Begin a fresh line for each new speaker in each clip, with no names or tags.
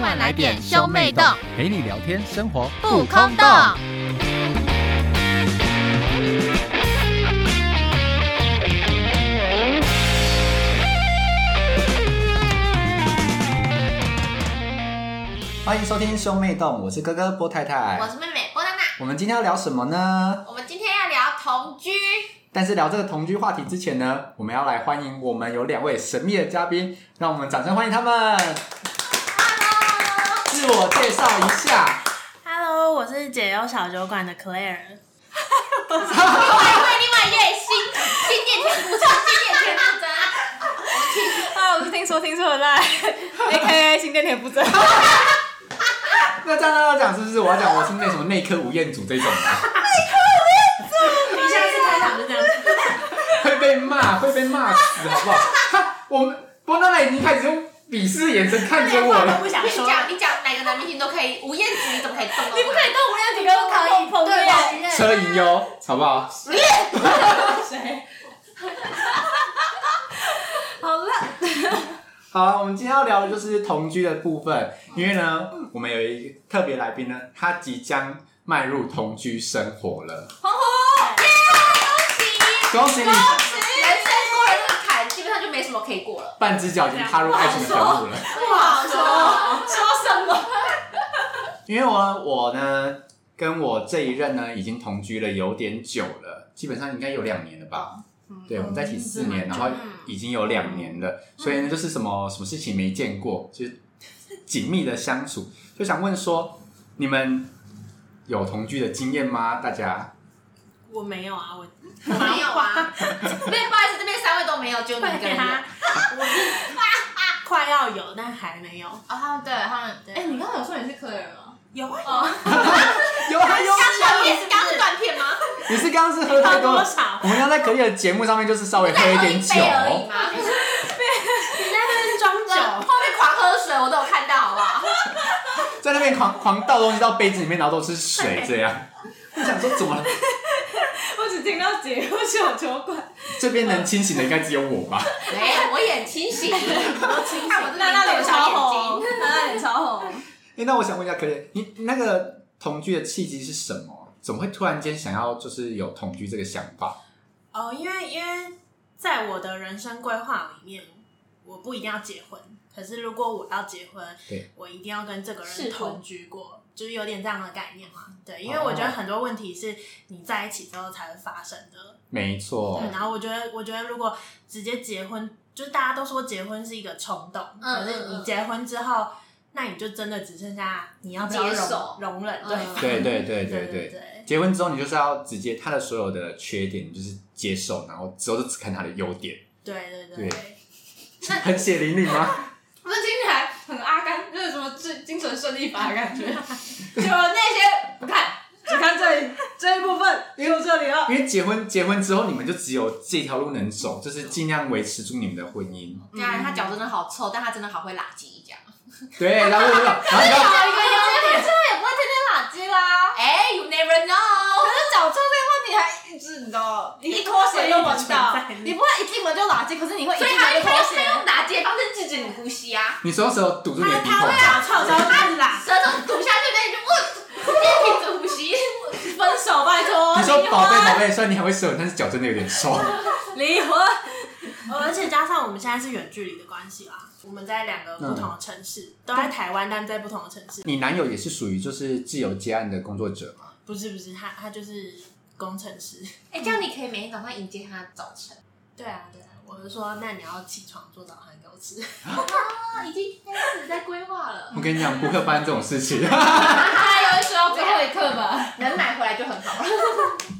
快来点兄妹洞，
陪你聊天，生活
不空洞。
欢迎收听兄妹洞，我是哥哥波太太。
我是妹妹波娜娜，
我们今天要聊什么呢？
我们今天要聊同居。
但是聊这个同居话题之前呢，我们要来欢迎我们有两位神秘的嘉宾，让我们掌声欢迎他们。自我介绍一下，
Hello，我是解忧小酒馆的 Claire。
另外另外一位新新店全部城，新店全部城。
啊，我是听说听说的 赖，A.K.A 新店铁不真。
那这样要讲是不是我要讲我是那什么内科吴彦祖这种啊的，
你下次开场就这样子。
会被骂，会被骂死，好不好？哈我们波娜娜已经开始用鄙视的眼神看着我了。
不想
你讲你讲哪个男明星都可以，吴彦祖你怎么可以动？你
你不可以动我俩，你跟我
可以
碰
对吧？
面。
车银优，好不好？
谁？
好啊，我们今天要聊的就是同居的部分，因为呢，我们有一个特别来宾呢，他即将迈入同居生活了，恭喜你，
人生过了那个坎，基本上就没什么可以过了。
半只脚已经踏入爱情的道路了。
不好说，说什么？
因为我我呢，跟我这一任呢，已经同居了有点久了，基本上应该有两年了吧。对，我们在一起四年，然后已经有两年了，所以呢，就是什么什么事情没见过，就是紧密的相处，就想问说，你们有同居的经验吗？大家
我没有啊，我
没 有啊，这边不好意思，这边三位都没有，只有你一个人有。
啊，我啊是快要有，但还没有。
哦，他们对，他们对。
哎、你刚刚有说你是 Claire 吗？
有啊，
哦，
有啊有
刚断
啊，
片，刚是断片吗？
你是刚刚是喝太多
多
了。
少？
我们要在可以的节目上面，就是稍微喝一点酒
杯，而已吗？啊
装酒。
后面狂喝水，我都有看到，好不好？
在那边狂狂倒东西到杯子里面，然后都是水，这样。我想说，怎么了
我只听到解忧小酒馆。
这边能清醒的应该只有我 吧？
没有，我眼清醒，我清醒， 看我这
那那
边
脸
有
超
小
红
眼睛。，
那脸超红。
哎、那我想问一下，可以你你那个同居的契机是什么？怎么会突然间想要就是有同居这个想法？
哦，因为因为在我的人生规划里面，我不一定要结婚。可是如果我要结婚
对，
我一定要跟这个人
试婚
同居过，就是有点这样的概念嘛。对，因为
哦
我觉得很多问题是你在一起之后才会发生的。
没错
对，，然后我觉得，我觉得如果直接结婚，就是大家都说结婚是一个冲动，
嗯
可是
嗯嗯
你结婚之后，那你就真的只剩下你要不要
接受嗯
容容忍对方。
对对对
对
对对。
对，
结婚之后，你就是要直接他的所有的缺点，你就是接受，然后之后就只看他的优点，
对对
对很血淋淋 吗？
不是听起来很阿甘，就是什么精精神胜利法的感觉。
就那些不看，只看这里这一部分，只有这里了。
因为结婚结婚之后，你们就只有这条路能走，就是尽量维持住你们的婚姻。
当然，他脚真的好臭，但他真的好会拉鸡，这样。
对，然后然后然后
一个优点，之后也不会天天拉鸡啦。哎，You never know。可是脚臭这个问题还一直你知道，你一脱
鞋就闻到你
不会一进门就拉鸡，可是你会所以他他用他用打鸡的方式制止你呼吸啊，
你什么时候堵住你的鼻
他
孔
会？啊脚臭之后看啦，
舌头吐下去，那你就不，你也停止呼吸。
分手拜托，
你
离
说
婚
宝贝宝贝，虽然你还会舌吻，但是脚真的有点臭。
离婚。呃而且加上我们现在是远距离的关系啦，我们在两个不同的城市，
嗯
都在台湾，但在不同的城市。
你男友也是属于就是自由接案的工作者
嗯
嘛？
不是不是，他他就是工程师。
哎，这样你可以每天早上迎接他的早晨。
对啊对啊，我就说那你要起床做早餐给我吃。
啊，已经开始在规划了。
我跟你讲，不会发生这种事情。
他有学到最后一课吧？
能买回来就很好了。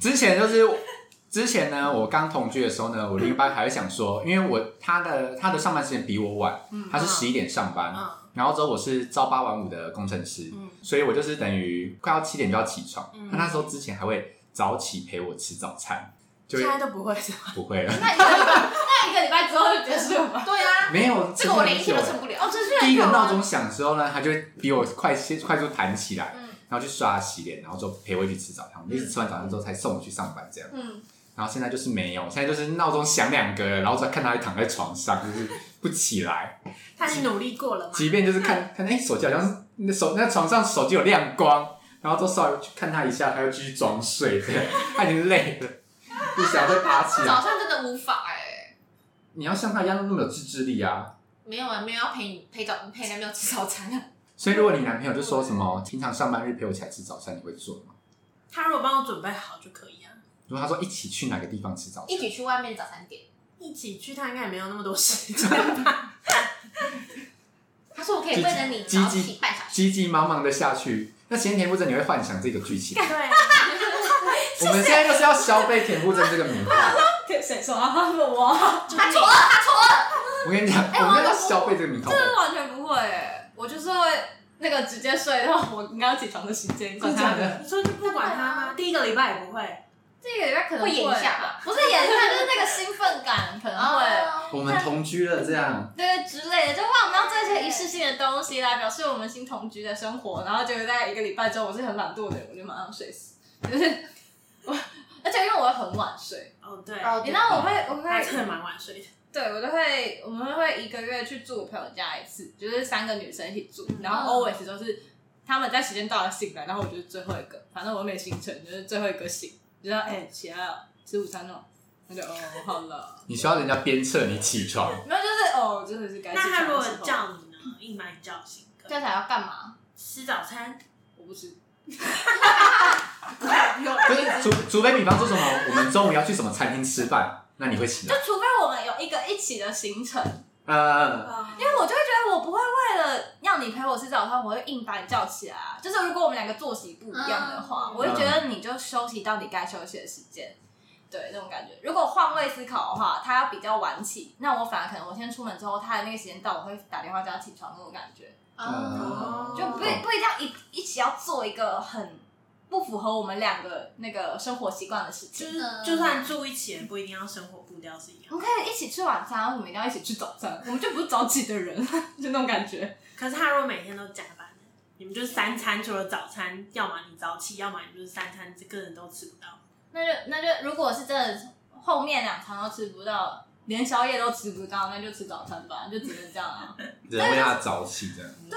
之前就是之前呢，我刚同居的时候呢，我另一半还会想说，因为我他的他的上班时间比我晚，
嗯
他是十一点上班，
嗯
然后之后我是朝八晚五的工程师，
嗯
所以我就是等于快要七点就要起床。
嗯
他那时候之前还会早起陪我吃早餐，就
现
会
在都不会是吧？
不会了，
那一个礼拜，
那一个礼拜之后就结束了吧？
对啊，
没有
这个我
真的
连一天都
很久
撑不了。哦，这是
第一个闹钟响之后呢，他就会比我快先快速弹起来，
嗯
然后去刷牙洗脸，然后就陪我一起吃早餐。我们一起吃完早餐之后才送我去上班这样。
嗯，
然后现在就是没有，现在就是闹钟响两个了，然后再看他还躺在床上，就是不起来。
看你努力过了嘛？
即便就是看看，哎、手机好像是那手那床上手机有亮光，然后都稍微去看他一下，他又继续装睡，这样他已经累了，不想再爬起
早
来。
上真的无法哎、
你要像他一样那么有自制力啊！
没有啊，没有要陪你陪早陪男朋友吃早餐啊。
所以如果你男朋友就说什么平常上班日陪我起来吃早餐，你会做吗？
他如果帮我准备好就可以啊。
如果他说一起去哪个地方吃早 餐
一，起去外面早餐店。
一起去，他应该也没有那么多时间吧？
他说我可以为了你
唧唧
早起半小时。
急急忙忙的下去，那前田馥甄你会幻想这个剧情吗。
对 啊，
我们现在就是要消费田馥甄这个名号。
谁说啊？我
他错了，他错了。
我跟你讲，
哎
我们啊
我
要消费这 个名号。
这完全不会欸，我就是会那个直接睡到我刚刚起床的时间，管他的。
你说就不管他吗？第一个礼拜也不会，
这个礼拜可能
会演一下吧，哦不是演一下，就是那个兴奋感可能会，
我们同居了，这样
对之类的，就哇，我们要做一些仪式性的东西来表示我们新同居的生活。然后结果在一个礼拜之后，我是很懒惰的人，我就马上睡死，就是我，而且因为我会很晚 睡，
哦对，
哦
你知道我会，我
他真的
会，
蛮晚睡的。
对我就会，我们会一个月去住我朋友家一次，就是三个女生一起住，然后 always 都是他们在时间到了醒来，然后我就是最后一个，反正我没行程，就是最后一个醒，就说哎、起来了，吃午餐了，我就哦好了。
你需要人家鞭策你起床。
没有，就是哦，真的是该起
那他
床
如
的
果
时候。
叫你呢，硬把你叫醒，
这才要干嘛？
吃早餐，
我不吃，
可是除除非比方说什么，我们中午要去什么餐厅吃饭，那你会起
就
来？
除非我们有一个一起的行程，
呃，
因为我就会觉得我不会为了让你陪我吃早餐，我会硬把你叫起来啊。就是如果我们两个作息不一样的话，
嗯
我会觉得你就休息到你该休息的时间。对，那种感觉。如果换位思考的话，他要比较晚起，那我反而可能我先出门之后，他的那个时间到，我会打电话叫他起床那种感觉，
嗯
嗯
哦
就不不一定要一一起要做一个很不符合我们两个那个生活习惯的事
就。
情
是就算住一起，也不一定要生活步调是一样
我。们可以一起吃晚餐，为什么一定要一起吃早餐？我们就不是早起的人， 就那种感觉。
可是他如果每天都加班呢，你们就是三餐除了早餐，要么你早起，要么你就是三餐这个人都吃不到。
那就那就，如果是真的后面两餐都吃不到，连宵夜都吃不到，那就吃早餐吧，就只能这样啊。
人为他早起这样。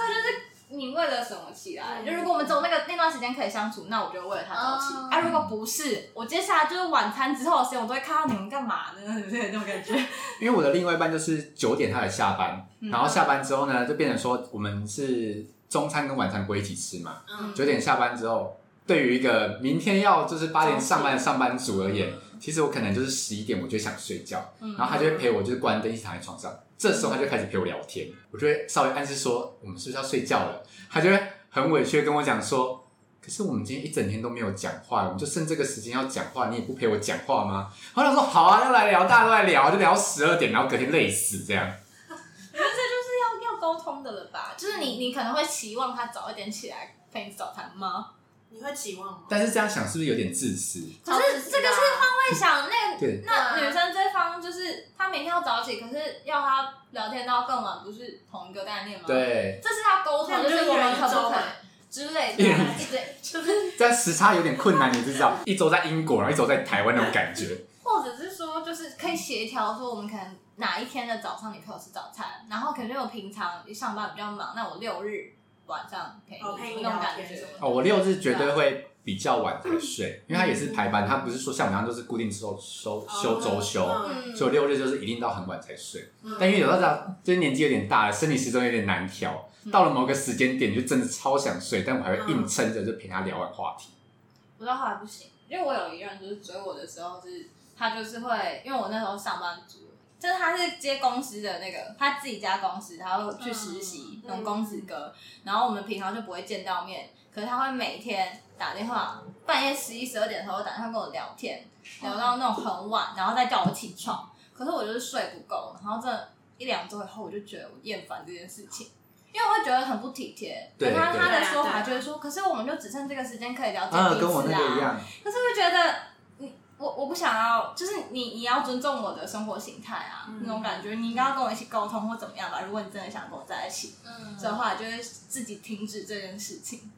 你为了什么起来？
嗯
就如果我们走那个那段时间可以相处，那我就为了他早起。
哦
啊，如果不是，我接下来就是晚餐之后的时间，我都会看到你们干嘛呢？对，那种感觉。
因为我的另外一半就是九点他才下班，然后下班之后呢，就变成说我们是中餐跟晚餐不会一起吃嘛。
嗯，
九点下班之后，对于一个明天要就是八点上班的上班族而言，其实我可能就是十一点我就想睡觉，
嗯
然后他就会陪我就是关灯一起躺在床上，这时候他就开始陪我聊天，我就会稍微暗示说我们是不是要睡觉了，他就会很委屈地跟我讲说。可是我们今天一整天都没有讲话，我们就剩这个时间要讲话，你也不陪我讲话吗？然后他说好啊，要来聊，大家都来聊，就聊到十二点，然后隔天累死这样。
这就是要要沟通的了吧？就是你你可能会期望他早一点起来陪你吃早餐吗？
你会期望吗？
但是这样想是不是有点自私？
可
啊
是这个是
会想那
对
那
啊
女生这方就是她每天要早起，可是要她聊天到更晚，不是同一个概念吗？，
对，
这是她沟通，
那
就
你就是
我
一人
们
一
可不
周
可
嘛
以之类的，
一人
一直
这样时差有点困难，你知道，一周在英国，然后一周在台湾那种感觉。
或者是说就是可以协调说我们可能哪一天的早上你陪我吃早餐，然后可能我平常上班比较忙，那我六日晚上陪
哦陪
你
你
那种
聊
感
天
觉
什。么的
哦，我六日绝对会比较晚才睡，因为他也是排班，他不是说像我们一样就是固定周休休周休，
嗯
所以我
嗯，
六日就是一定到很晚才睡。
嗯
但因为有到这样，就是年纪有点大了，生理时钟有点难调，到了某个时间点就真的超想睡，但我还会硬撑着就陪他聊完话题。
我到后来不行，因为我有一任就是追我的时候是，他就是会，因为我那时候上班族，就是他是接公司的那个他自己家公司，他会去实习
嗯
那种公子哥，然后我们平常就不会见到面，可是他会每天打电话，半夜十一十二点的时候打电话跟我聊天，聊到那种很晚，然后再叫我起床，可是我就是睡不够，然后这一两周以后我就觉得我厌烦这件事情。因为我会觉得很不体贴，可
对
是他
对
他的说
对
法
啊对啊
就是说，可是我们就只剩这个时间可以了解彼此
啊，跟我那个一样，
可是会觉得你我我不想要，就是你你要尊重我的生活形态啊，
嗯
那种感觉，你应该要跟我一起沟通或怎么样吧。如果你真的想跟我在一起，
嗯
所以后来就会自己停止这件事情。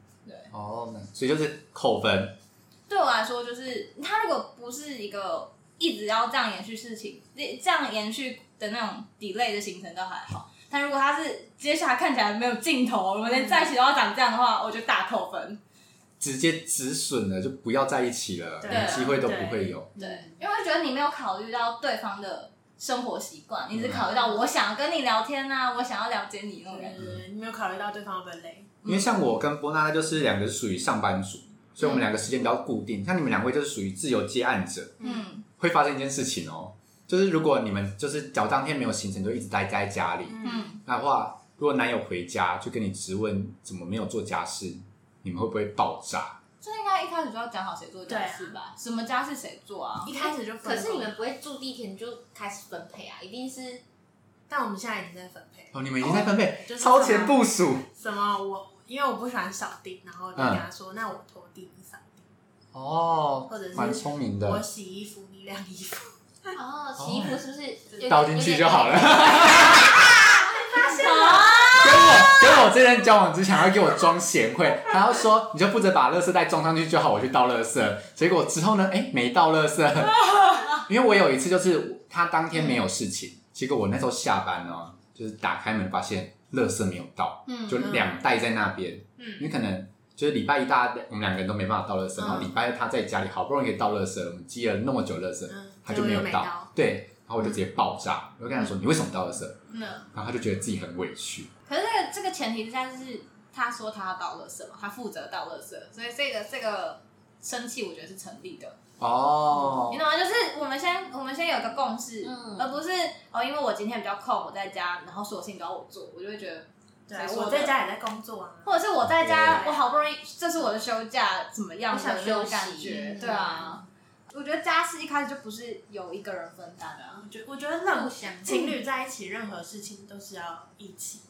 哦，所以就是扣分。
对我来说，就是他如果不是一个一直要这样延续事情，这这样延续的那种 delay 的行程倒还好。但如果他是接下来看起来没有尽头，我们连在一起都要长这样的话，我就大扣分。
直接止损了，就不要在一起了，
对
连机会都不会有。
对，因为我觉得你没有考虑到对方的生活习惯，你只考虑到我想要跟你聊天啊，我想要了解你那种感觉。
嗯，你没有考虑到对方会不会累，
因为像我跟波娜，就是两个是属于上班族，所以我们两个时间比较固定。像你们两位就是属于自由接案者，
嗯，
会发生一件事情哦，就是如果你们就是假如当天没有行程，就一直待在家里，
嗯
那话如果男友回家就跟你质问怎么没有做家事，你们会不会爆炸？
这应该一开始就要讲好谁做家事吧？什么家事谁做啊？
一开始就分
可
工
是你们，不会住地铁，你就开始分配啊，一定是
但我们现在已经在分配，
哦，你们已经在分配，
就是
超前部署
什么我因为我不喜欢扫地，然后我就跟他说，那我拖地你扫地，
哦
或者是
嗯蛮聪明的
啊我洗衣服你晾衣服，
嗯
哦，洗衣服是不是有
倒进去就好了。
有点
发现了。
啊
跟我跟我这任交往之前，还要给我装贤惠，还要说你就负责把垃圾袋装上去就好，我去倒垃圾。结果之后呢，哎，没倒垃 圾，因为我有一次就是他当天没有事情，结果我那时候下班哦，就是打开门发现垃圾没有倒，
嗯
就两袋在那边，因为
嗯，
可能。就是礼拜一大家我们两个人都没办法倒垃圾，
嗯
然后礼拜二他在家里好不容易可以倒垃圾了，我们积了那么久垃圾，
嗯
他就没有
结果又没
到
到，
对，然后我就直接爆炸，我就跟他说你为什么到了色？
嗯。
然后他就觉得自己很委屈，
可是这个这个前提之下就是他说他要倒垃圾嘛，他负责倒垃圾，所以这个这个生气我觉得是成立的。
哦
你，懂吗？就是我们先我们先有个共识，
嗯
而不是哦，因为我今天比较空，我在家，然后所有事情都要我做，我就会觉得，
对啊
谁，说的
我在家也在工作啊，
或者是我在家，
对
我好不容易这是我的休假，怎么样
我想
的那种感
休息
觉，
嗯
对啊。我觉得家事一开始就不是由一个人分担啊，
我觉我觉得任
互
何
相
情侣在一起，任何事情都是要一起。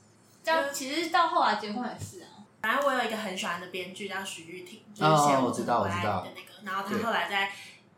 这样其实到后来结婚也是啊，
反正我有一个很喜欢的编剧叫许玉婷，就是
哦
写《
我知道
我的
我
爱
知道
的那个，然后
对
她后来在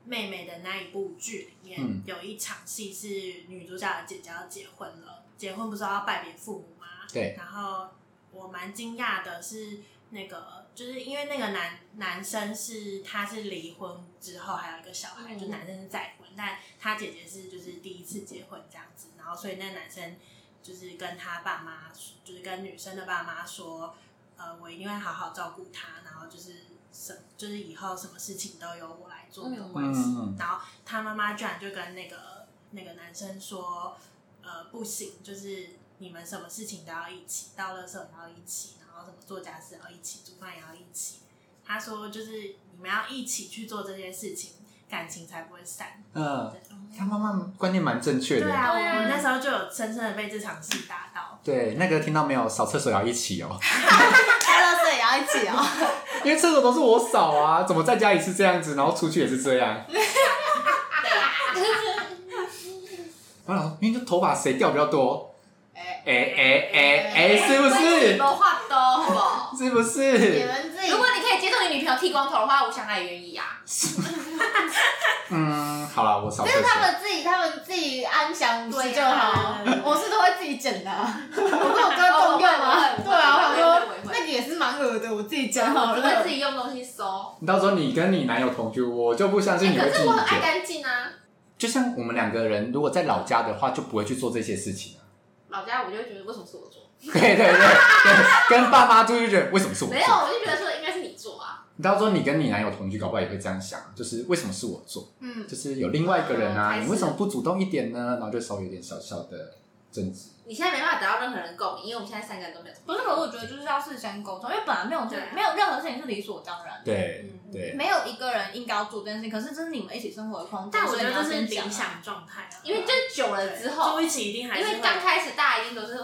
妹妹的那一部剧里面、
嗯
有一场戏是女主角的姐姐要结婚了，结婚不是要拜别父母吗？
对，
然后我蛮惊讶的是，那个就是因为那个男男生是他是离婚之后还有一个小孩，
嗯
就男生是再婚，但他姐姐是就是第一次结婚这样子，然后所以那个男生就是跟他爸妈，就是跟女生的爸妈说，呃，我一定会好好照顾他，然后就是什就是以后什么事情都由我来做，没有关系。
嗯嗯嗯
然后他妈妈居然就跟那个那个男生说，呃，不行，就是你们什么事情都要一起，倒垃圾也要一起，然后什么做家事也要一起，煮饭也要一起。他说就是你们要一起去做这些事情，感情才不会散。
嗯，
对
他妈妈观念蛮正确
对
的，
啊，我
对啊
我那时候就有深深的被这场戏打到。
对，那个听到没有，扫厕所也要一起哦，
开垃圾也要一起哦。
因为厕所都是我扫啊，怎么在家里是这样子，然后出去也是这样。我老因为就头发谁掉比较多，
哎
哎哎 哎哎，是不
你
是？
们话多好不 好？
是不
你
哎
是？
们自己
如果你可以接受你女朋友剃光头的话，我想她也愿意 啊。
嗯，好了，我扫厕
但是他
所。
们自己，他们自己安详无事
对
就
啊
好。我是都会自己剪的、 啊，我跟我哥共用
哦
啊。对啊，我想说那个也是蛮恶的，我自己
哦
剪好
我会
了
自。己用东西收。哎
你到时候你跟你男友同居，我就不相信你会
可
自
是
己
我很爱。
剪
干净啊，
就像我们两个人如果在老家的话，就不会去做这些事情啊。
老家我就会觉得为什么是我做？
对对对对，跟爸妈住就觉得为什么是我
没有，
做？
我就觉得说应该是你做啊。
你到时候你跟你男友同居，搞不好也会这样想，就是为什么是我做？
嗯，
就是有另外一个人啊，
嗯还是
你为什么不主动一点呢？然后就稍微有点小小的争执。
你现在没办法得到任何人共鸣，因为我们现在三个人都没有。
不是，可是我觉得就是要事先沟通，因为本来没有这
对啊
没有任何事情是理所当然的。
对
嗯
对，啊
没有一个人应该要做这件事情，可是这是你们一起生活的空间，
但我觉
所以
得
你要
这是
先讲啊
理想状态啊，
因为就久了之后
住，一起一定还是
因
会
为刚开始大家一定都是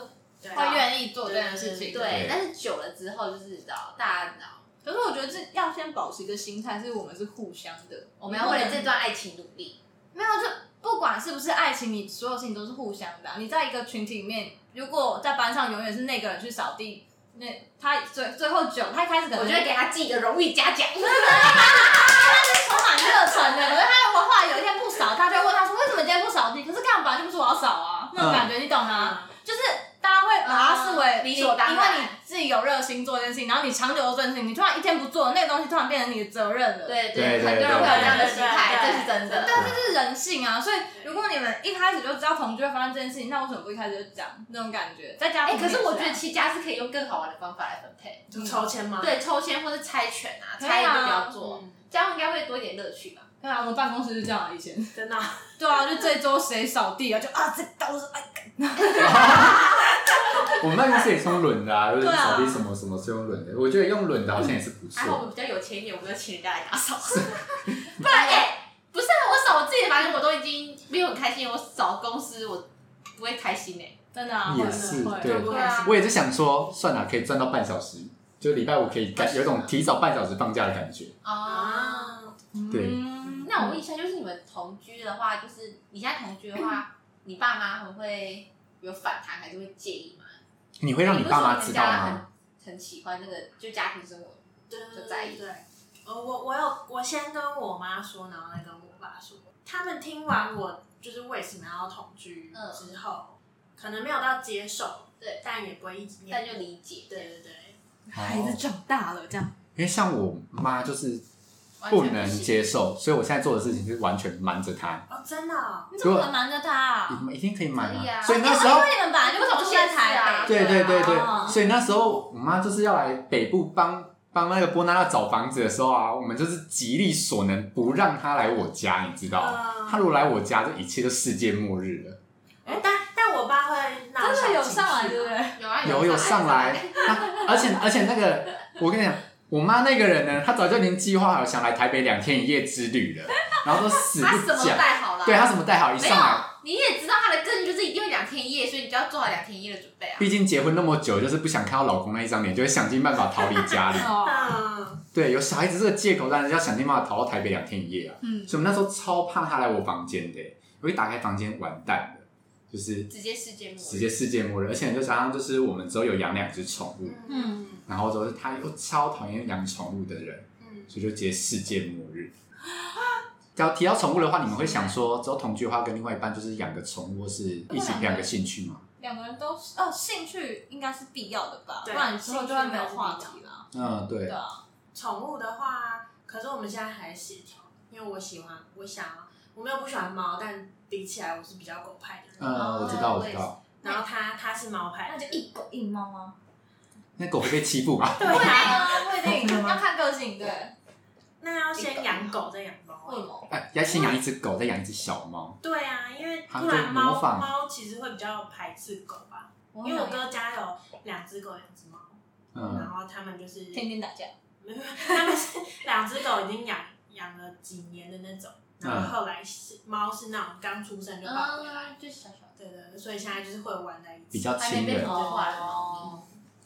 对
会
啊
愿意做这件事情。啊
对，但是久了之后就是你知道，大家你知道，
可是我觉得这要先保持一个心态，是我们是互相的，
我们要为了这段爱情努力。
没有就不管是不是爱情，你所有事情都是互相的啊、你在一个群体里面，如果在班上永远是那个人去扫地，那他最最后久，他一开始可能
我就会给他寄一个荣誉嘉奖。
充满热忱的，可是他如果后来有一天不扫，大家嗯就问他说为什么今天不扫地？可是干嘛就不是我要扫啊？那种感觉你懂吗？就是大家会把它视为
理所当
嗯因为
然
你自己有热心做这件事情，然后你长久的做这件事情，你突然一天不做，那个东西突然变成你的责任了。
对
对对
很多人会有这样的心态，
对
这
对
是真的。
但这是人性啊，所以如果你们一开始就知道同居会发生这件事情，那为什么不一开始就讲那种感觉？再加
哎、
上、
可是我觉得七家是可以用更好玩的方法来分配，
就抽签吗？，
对，抽签或是猜拳啊，
对啊
猜一个不要做，这样应该会多一点乐趣吧。
对啊，我们办公室就这样啊，以前。
真的啊。
对啊，就这周谁扫地啊，就啊这刀是哎干
我们办公室也是用轮 的啊，就是
对啊
扫地什么什么是用轮的，我觉得用轮的好像也是不
还好我
错。
们比较有钱一点，我们要请人家来打扫。不然，哎、不是啊，我扫我自己的房间，我都已经没有很开心。我扫公司，我不会开心哎、
真的啊，
也
会
是
会
对
会
啊
我也是想说，算了，可以赚到半小时，就礼拜五可以感有一种提早半小时放假的感觉。
啊，
啊，
对
嗯
那我问一下，就是你们同居的话，就是你现在同居的
嗯
话，你爸妈会会有反弹，还是会介意吗？
你会让你爸妈
你不是说你
知道
们
吗？
家很很喜欢这个，就家庭生活。
对
就在意
对。呃，我我有，我先跟我妈说，然后再跟我爸说。他们听完我就是为什么要同居
嗯
之后，可能没有到接受，
对，
但也不会一直
嗯
念，
但就理解，
对对对，
孩子长大了这样，
哦因为像我妈就是
完全
不
不
能
行
接受，所以我现在做的事情是完全瞒着她，
哦，真的哦、
你怎么可能瞒着他啊？
一定可以瞒
可以
啊。
啊
所以那
因
时
为 因
候
为你们本来就不住在台北，
对对对对，
哦
所以那时候我妈就是要来北部帮帮那个波娜娜找房子的时候啊，我们就是极力所能不让她来我家，你知道吗？
嗯
她如果来我家，这一切就世界末日了。
哎但但我爸会闹
真的有
小情
上来
绪
对不对？
有啊
有有上来，啊而且而且那个，我跟你讲，我妈那个人呢，她早就已经计划好想来台北两天一夜之旅了，然后都死
他
不
什么
讲
都，带好了，
对她什么带好，一
没
上
有
来，
你也知道他的根据就是一定会两天一夜，所以你就要做好两天一夜的准备啊。
毕竟结婚那么久，就是不想看到老公那一张脸，就会想尽办法逃离家 里。
哦，
嗯，
对，有小孩子这个借口，当然要想尽办法逃到台北两天一夜啊。
嗯，
所以我们那时候超怕他来我房间的，我一打开房间完蛋了，就是
直接世界末
直
日，
接世界末日，而且就加上就是我们之后有养两只宠物，
嗯
然后就是他又超讨厌养宠物的人，
嗯
所以就直接世界末日。要提到宠物的话，你们会想说，之后同居的话，跟另外一半就是养个宠物，或是一起养个兴趣吗？
两个人都是哦，兴趣应该是必要的吧，不
对
然之后就会没有话题啦。
嗯，对
对，啊，
宠物的话，可是我们现在还协调，因为我喜欢，我想要，我没有不喜欢猫，但比起来我是比较狗派的人。
嗯，我知道，我知道。
然后他他是猫派
哎那
的，
就一狗一猫吗？
那狗会被欺负吧？
对
对
啊，
啊，不一定，
真的吗
要看个性。对，
那要先养狗再养猫啊。
为什 么？
哎，要先养一只狗，再养一只小猫。
对啊，因为
它
不
就
然
模
猫
仿
猫其实会比较排斥狗吧，
哦
因为我哥家有两只狗，两只猫，
嗯，
然后他们就是
天天打架，
没有，他们是两只狗已经养养了几年的那种，然
嗯
后后来是猫是那种刚出生就抱回来，
嗯，就是小小
对对对，所以现在就是会玩在一起，
比较
还没
亲
被
人。
同化的猫
哦，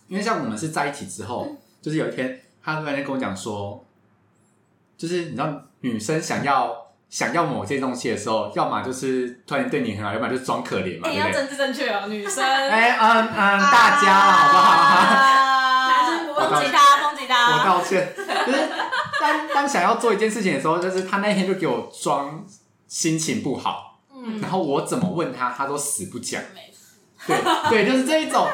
因为像我们是在一起之后，就是有一天他突然间跟我讲说，就是你知道女生想要想要某件东西的时候，要么就是突然对你很好，要么就是装可怜嘛，对
哎，
不
要
对？
政治正确哦，女生。
哎嗯嗯，
啊
大家啦，好 不好？
啊
男生不会
抨击他，抨击
我
他。
道歉，就是当当想要做一件事情的时候，就是他那天就给我装心情不好，
嗯，
然后我怎么问他，他都死不讲。
妹夫，
对对，就是这一 种，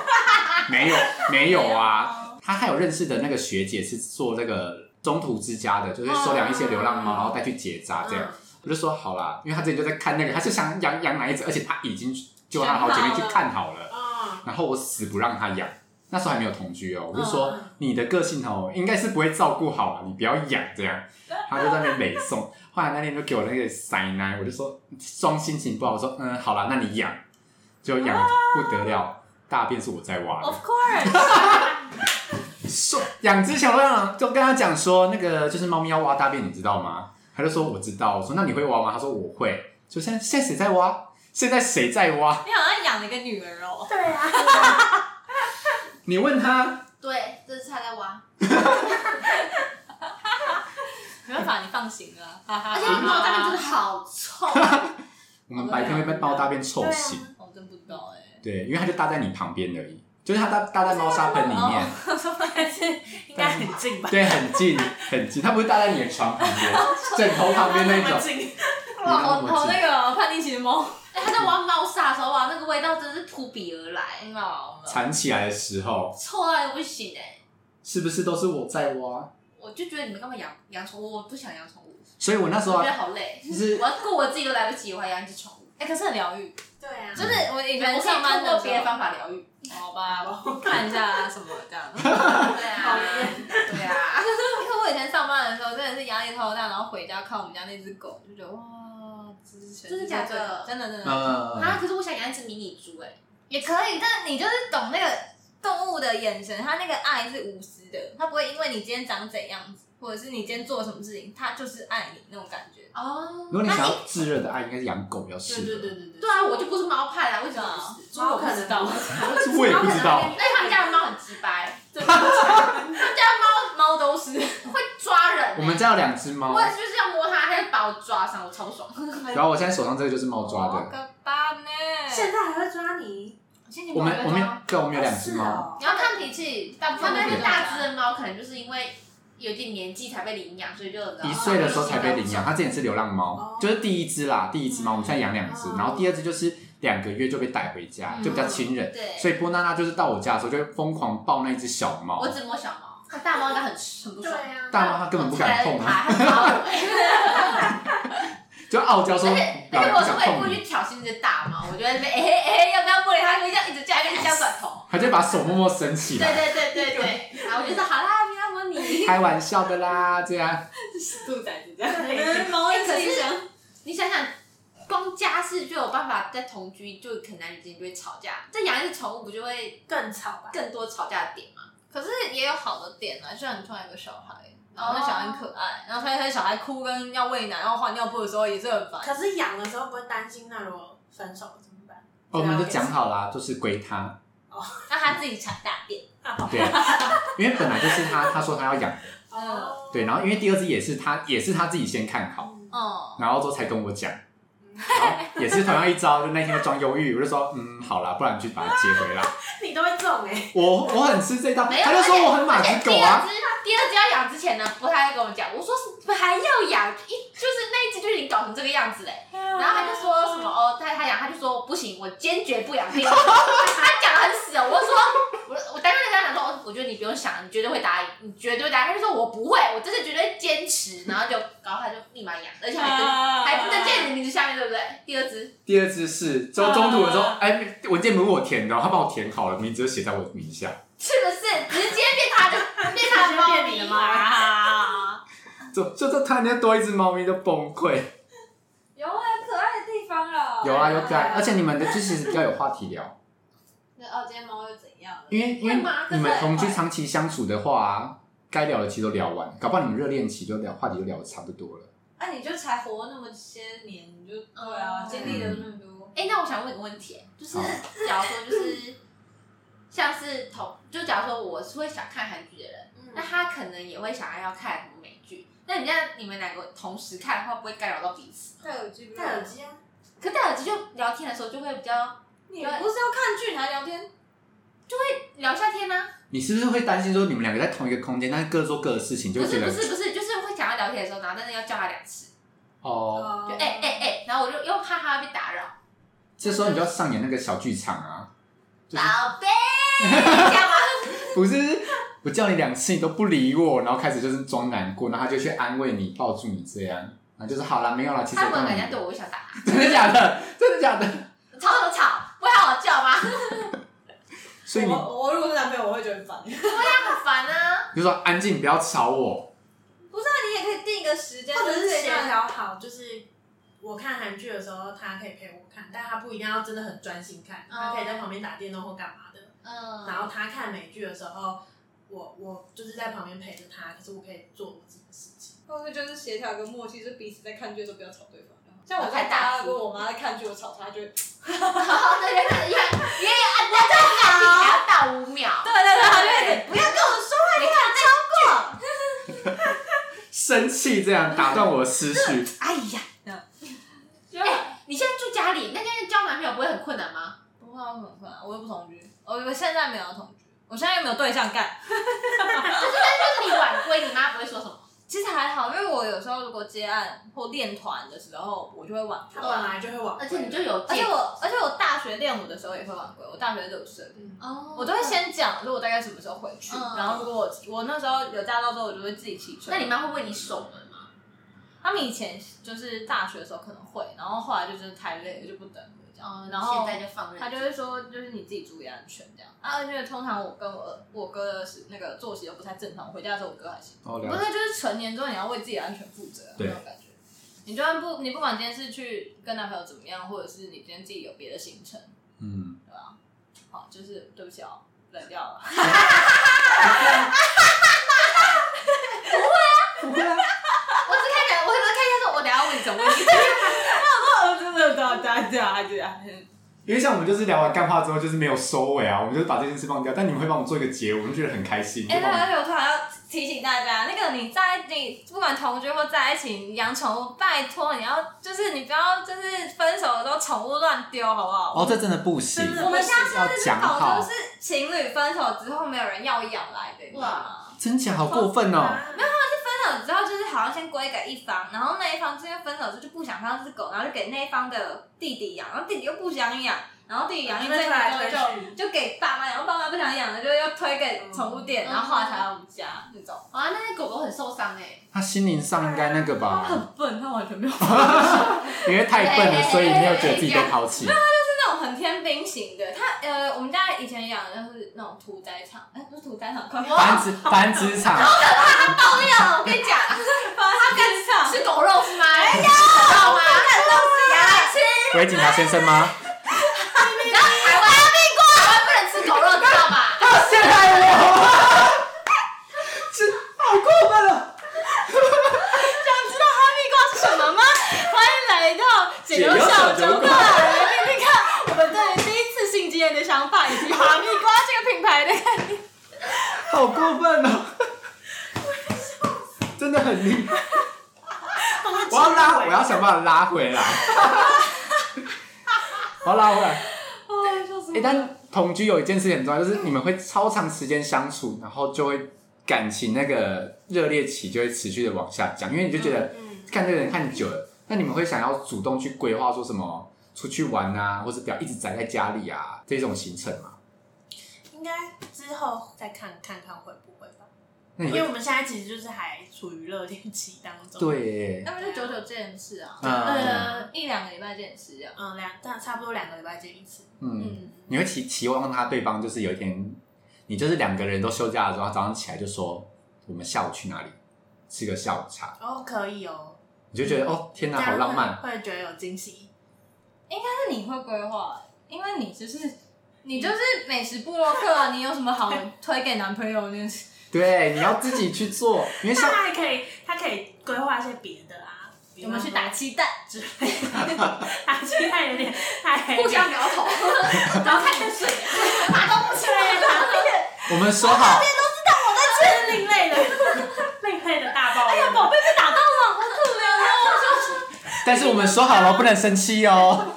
没有没有啊。他还有认识的那个学姐是做那个中途之家的，就是收养一些流浪猫，然后带去结扎这样。我就说好啦，因为他之前就在看那个，他就想养养哪一只，而且他已经就他的好姐妹去看好了，
嗯，
然后我死不让他养。那时候还没有同居哦，我就说、
嗯
你的个性哦，应该是不会照顾好啊，你不要养这样。他就在那边美送， 后来那天就给我那个塞奶，我就说装心情不好，我说嗯好啦，那你养，就养不得了，大便是我在挖的
哦
Of。course，
说养之前我让就跟他讲说，那个就是猫咪要挖大便，你知道吗？他就说我知道，我说那你会挖吗？他说我会。就现在现在谁在挖？现在谁在挖？
你好像养了一个女儿哦。
对啊，
你问他，
对，这是他在挖，
没办法，你放行了，哈哈。
而且
啊
他猫大便真的好臭，啊
我们白天会被猫大便
啊
臭醒。
我真不知道 哎。
对，因为它就搭在你旁边而已，就是它搭搭在猫砂盆里面，
应该很近吧？
对，很近很近，它不是搭在你的床旁边、枕头旁边那
么
种，
近，
哇，好好那个叛逆期的猫，
哎、他在玩猫砂的时候，哇，那个味道真是扑鼻而来，
老了，
缠起来的时候，
臭到也不行哎、
是不是都是我在挖？
我就觉得你们干嘛养养宠物？我不想养宠物，
所以我那时候
我觉得
啊
好累，
就是
我要顾我自己都来不及，我还养一只宠物。
哎、可是很疗愈，
对啊，
就是我以前
我可以
上班
通
的
过
时
别的
候，
方法疗愈。
好吧，我看一下啊什么这 样。
对啊，对啊，
因为我以前上班的时候真的是压力超大，然后回家看我们家那只狗，就觉得哇，这是全世界
真的假
最
的
真的真的。
啊，
呃，
可是我想养一只迷你猪哎、
也可以，但你就是懂那个动物的眼神，它那个爱是无私的，它不会因为你今天长怎样子，或者是你今天做什么事情，它就是爱你那种感觉。
哦
如果你想要炙热的爱，应该是养狗比较适
对
合。
对对对对，
对啊，我就不是猫派啊，为什么不是？
猪我不知道
猫可能
我也不知道
猫可能
那他们家的猫很鸡掰，
猫都是，
会抓人、欸。
我们家有两只猫
我，也就是要摸它，它就把我抓伤，我超爽。
然后我现在手上这个就是猫抓
好
的。
可怕呢。
现在还会抓你，
现在
我们我们对，我们有两只
是
猫，
哦
你要看脾气，
大部
他
分
们
都
那
是
些大只的猫，可能就是因为有点年纪才被领养，所以就你知道
一岁的时候才被领养，它之前是流浪猫
哦，
就是第一只啦，第一只猫，我们现在养两只
哦，
然后第二只就是两个月就被带回家，
嗯
就比较亲人。
对，
所以波娜娜就是到我家的时候就会疯狂抱那只小猫
我，只摸小猫，那大猫应该很很不
对
爽。
啊，
大猫它根本不敢碰啊，
它，它抓我欸。
就傲娇说
而且
老
而且
娘
我
不
是
想
会故
碰
意
你，
去挑衅这些大猫，我觉得哎哎哎，要不要不理它？就这样一直叫，一直叫转头。
它就把手默默伸起
对
来，
对对对对，然后我就说好啦，不要摸你。
开玩笑的啦，这样
兔崽子这样
对
嗯猫
也是一
想
你想想，光家事就有办法在同居，就可能男女之间就会吵架。再养一只宠物，不就会
更吵吧？
更多吵架的点吗？
可是也有好的点啊，就像你突然有个小孩，然后那小孩很可爱，然后他他小孩哭跟要喂奶、要换尿布的时候也是很烦。
可是养的时候不会担心，那如果分手了怎么办？
哦我们就讲好啦，就是归它。
那他自己产大便，
对，啊 因为本来就是他，他说他要养，
哦
对，然后因为第二只也是他，也是他自己先看好，
嗯
哦、
然后之后才跟我讲，然后也是同样一招，就那天就装忧郁，我就说嗯，好啦，不然你去把它接回来，
你都会中哎，
我我很吃这一套，
没有
他就说我很马
而且
子狗啊，
第二只，第二只要养之前呢，不太会跟我讲，我说是还要养，一就是那一只就已经搞成这个样子嘞。
啊
然后他就说什么哦，他他养，他就说不行，我坚决不 养第二只。他讲的很死哦，我就说，我我当时就跟他讲说，哦我觉得你不用想，你绝对会答应，你绝对会答应。他就说我不会，我这次绝对坚持。然后就，然后他就立马养，而且
啊
还跟。还不在建你的名字下面，对不对？第二只，
第二只是中中途的时候，
嗯
哎，文件不是我填的哦，他帮我填好了，名字就写在我名下，
是不是直接变他的，变他的
直接
猫
变你
咪
的猫
啊，
就就这突然间多一只猫咪就崩溃，
有啊，有可爱的地方了
有啊有可爱，而且你们的就其实比较有话题聊，
那哦，今天猫又怎样了？
因为因为
会吗
你
可
们
是
同居长期相处的话、啊，该聊的其实都聊完，搞不好你们热恋期就聊话题就聊的差不多了。
哎、你就才活那么些年，你就对啊，经历了那么多。
哎、那我想问一个问题，就是
好
假如说就是像是同，就假如说我是会想看韩剧的人，
嗯
那他可能也会想要看什么美剧。那你这样你们两个同时看的话，不会干扰到彼此吗？
戴耳机，
戴耳，机啊，
可戴耳机就聊天的时候就会比较
你不是要看剧，你还聊天？
聊一下天呢、
你是不是会担心说你们两个在同一个空间，但是各做各的事情，就
不
会
是
觉
不
得
是不是，就是会想要聊天的时候，然后但是要叫他两次，
哦，
哦
就哎哎哎，然后我就又怕他被打扰，
这时候你就要上演那个小剧场啊，就是
宝贝，这样吗？
不是我叫你两次你都不理我，然后开始就是装难过，然后他就去安慰你、抱住你这样，然后就是好啦，没有啦，其实
他
我
如果
根
人家
本
对我，我就想打他，
真的假的，真的假的，
吵什么吵？不会好好叫吗？
所以你
我如果是男朋友，我会觉得很烦。
很烦啊！
你就说安静，不要吵我，
不是、啊，你也可以定一个时间，
或者是
这一
协
段
调好，就是我看韩剧的时候，他可以陪我看，但他不一定要真的很专心看，他可以在旁边打电动或干嘛的。
嗯，
然后他看美剧的时候，我我就是在旁边陪着他，可是我可以做我自己的事情。
或者就是协调一个默契，就是彼此在看剧的时候不要吵对方。像
我
我
在
在
家
家
如
跟我妈在看剧，我吵她就会，
好，对对
对
哦对，因为因为按照这个还要到五秒，
对对，她就会
不要跟我说话，啊你看超过。
生气这样打断我的思绪。
哎呀，哎，你现在住家里，那现在交男朋友不会很困难吗？
不会啊，怎么会啊？我又不同居，我我现在没有同居，我现在又没有对象干，
就是你晚归，你妈不会说什么？
其实还好，因为我有时候如果接案或练团的时候，我就会晚
他
归。
本来就会往回，
而且你就有
而
借
且
口，
我，而且我大学练舞的时候也会晚归。我大学热身，
哦
我都会。先讲，说我大概什么时候回去。
嗯
然后如果我我那时候有驾照之后，我就会自己骑车。
那你妈会为你守门吗？
他们以前就是大学的时候可能会，然后后来就真的太累了，就不等了这样。然后
哦现在就放任。
他就会说，就是你自己注意安全这样。啊，而且通常我跟我我哥的是那个作息都不太正常，我回家的时候我哥还行。
哦，
不
了
是，
解。
就是成年之后你要为自己的安全负责
对
那种感觉。你就算不，你不管今天是去跟男朋友怎么样，或者是你今天自己有别的行程，
嗯，
好，就是对不起哦，冷掉 了。
我只看起来，我只是看一下说，我等下问你怎么问 题。
真的，
啊
大家大家，
因为像我们就是聊完干话之后，就是没有收尾啊，我们就是把这件事放掉。但你们会帮我们做一个结尾，我们觉得很开心。
哎，
就帮我
那而且我突然要提醒大家，那个你在你不管同居或在一起，你养宠物，拜托你要就是你不要就是分手的时候宠物乱丢，好不好？
哦，这真的不行，
真的
我们下次
要
这只
讲
狗
好
都，是情侣分手之后没有人要养来的，你知道吗？
真假好过分哦。
没有，
分手之后就是好像先归给一方，然后那一方因为分手之后就不想让这只狗，然后就给那一方的弟弟养，然后弟弟又不想养，然后弟弟养一阵子
然后
之
推
后
啊来推
就就给爸妈养，然后爸妈不想养了就又推给宠物店，
嗯
然后后来才来我们家那种。
啊，那那狗狗很受伤哎。
他心灵上应该那个吧，
笨，他完全 没有，
因为太笨了，所以没有觉得自己被抛
哎
弃。
那种很天兵型的。他呃，我们家以前养的就是那种屠宰场，哎、不是屠宰场，快点，
繁殖繁殖场，
爆哦料，我跟你讲，
他干场，
吃狗肉 是吗？哎呀，知道吗？
哎
喂，警察先生吗？
你知道台湾台湾不能吃狗肉，知道吧？
他陷害我，这好过分了。
想知道哈密瓜是什么吗？ 欢迎来到解忧小酒 馆，来听听看我们对于第一次性经验的想法，以及哈密瓜这个品牌的概念。
好过分哦！真的很厉害，我要拉，我要想办法拉回来， 我要拉回来。哎、
哦，笑死我！
但同居有一件事很重要，就是你们会超长时间相处，然后就会感情那个热烈期就会持续的往下降，因为你就觉得看这个人看久了，那你们会想要主动去规划说什么出去玩啊，或者不要一直宅在家里啊这种行程嘛？
应该之后再看看看会不会吧，
那你
因为
会
我们现在其实就是还处于热恋期当中。，
对耶，
那不就久久见一次啊？
嗯
呃，一两个礼拜见一次这样。
嗯，两大差不多两个礼拜见一次。
嗯。
嗯，
你会期期望他对方就是有一天，你就是两个人都休假的时候，他早上起来就说我们下午去哪里吃个下午茶，
哦，可以哦，
你就觉得哦天哪，好浪漫，
会觉得有惊喜。
但是你会规划，因为你就是你就是美食部落客， 你有什么好推给男朋友这件事？
对，你要自己去做，因为
那
像
他还可以，他可以规划一些别的啊，比
我们
方
去
说
打鸡蛋，
之类的， 打鸡蛋有点太
互相摇头，然后看你睡，打都不起
对啊
我们说好，
这 是另类的， 另类的大爆。哎呀，宝贝，
但是我们说好了不能生气哦，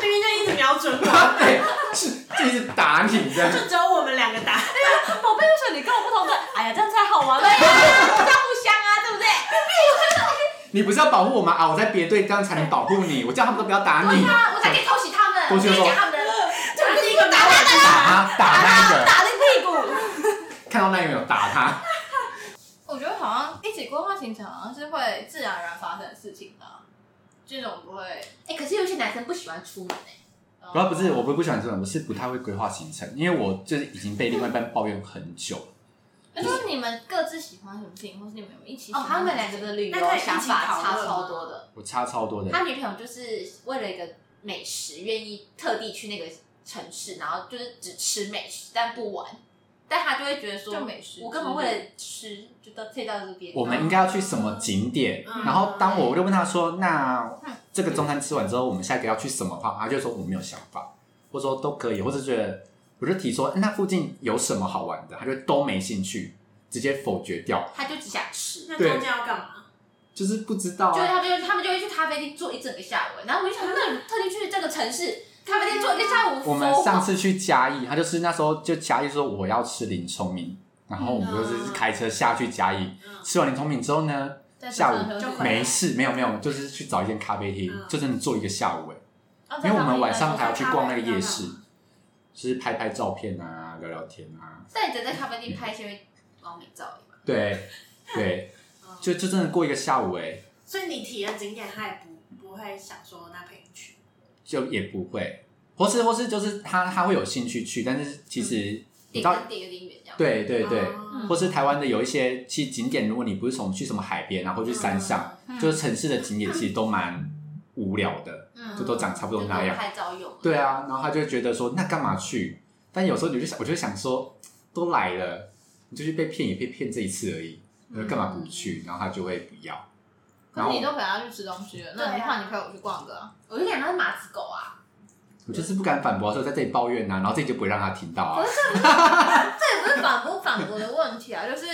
明明就一直瞄准我，
对，是就一直打你这样，
就只有我们两个打。
宝贝，为什么你跟我不同队？哦 哎呀，这样才好玩嘛！
互相啊，对不对？
你不是要保护我吗？啊，我在别队这样才能保护你，我叫他们都不要打你
对，啊，我才可以偷袭他们，
过
我
去
可
的时
以
候
讲他们的，就是第一个
打
啊
他， 打那个，
打你屁股！
看到那个没有打他，
我觉得好像一起规划行程，好像是会自然而然发生的事情吧。这种不会，
哎，可是有些男生不喜欢出门哎，
呃
不不是，我不是不喜欢这种，我是不太会规划行程，因为我就是已经被另外一半抱怨很久了。
就是你们各自喜欢什么事情，或是你们有没有一起喜欢
哦，他们两个的旅
那可以
游
一起
想法
讨
差
论
超
吗
多的。
我差超多的。
他女朋友就是为了一个美食，愿意特地去那个城市，然后就是只吃美食，但不玩。但他就会觉得说，
就美食
我根本为了吃就到退到这边。
我们应该要去什么景点？
嗯
然后当我就问他说：“那这个中餐吃完之后，我们下一个要去什么话？”他就说：“我没有想法。”我说：“都可以。”或者觉得我就提说：“那附近有什么好玩的？”他就都没兴趣，直接否决掉，
他就只想吃，
那中间要干嘛？
就是不知 道
就
啊。
他就他们就会去咖啡厅坐一整个下午。然后我就想，那你特地去这个城市咖啡厅坐一个下午，
我们
疯
上
狂
次去嘉义，他就是那时候就嘉义说我要吃林聪明，然后我们就是开车下去甲乙，
嗯
吃完林聪明之后呢，
在车
下
上
午
喝
就
酒
回来
没事，没有没有，就是去找一间咖啡厅
嗯，
就真的坐一个下午哎、
啊
因为我们晚上
在
还
咖
要
啡
去
厅
逛那个夜
在
市，就是拍拍照片啊，聊聊天啊，
但你只能在咖啡厅拍一些完美照而已嘛。
对对，
嗯
就就真的过一个下午哎、
所以你提了景点，他也不不会想说那陪你去。
就也不会，或是或是就是他他会有兴趣去，但是其实你
点
到、
跟点有点远，这样。
对对对，
哦
或是台湾的有一些其实景点，如果你不是从去什么海边啊，或去山上，
嗯
就是城市的景点其实都蛮无聊的，
嗯
就都长差不多那
就跟。
样
拍照用。
对啊，然后他就会觉得说，那干嘛去？但有时候你就想，我就想说，都来了，你就是被骗也被骗这一次而已，
嗯
干嘛不去？然后他就会不要。
可
然
嗯是
后
你都陪他去吃东西了，那
对
你
啊
怕你陪我去逛个啊？
我就想他是马子狗啊，
我就是不敢反驳，所以在这里抱怨呐、啊，然后自己就不会让他听到啊。
这也不是反不反驳的问题啊，就是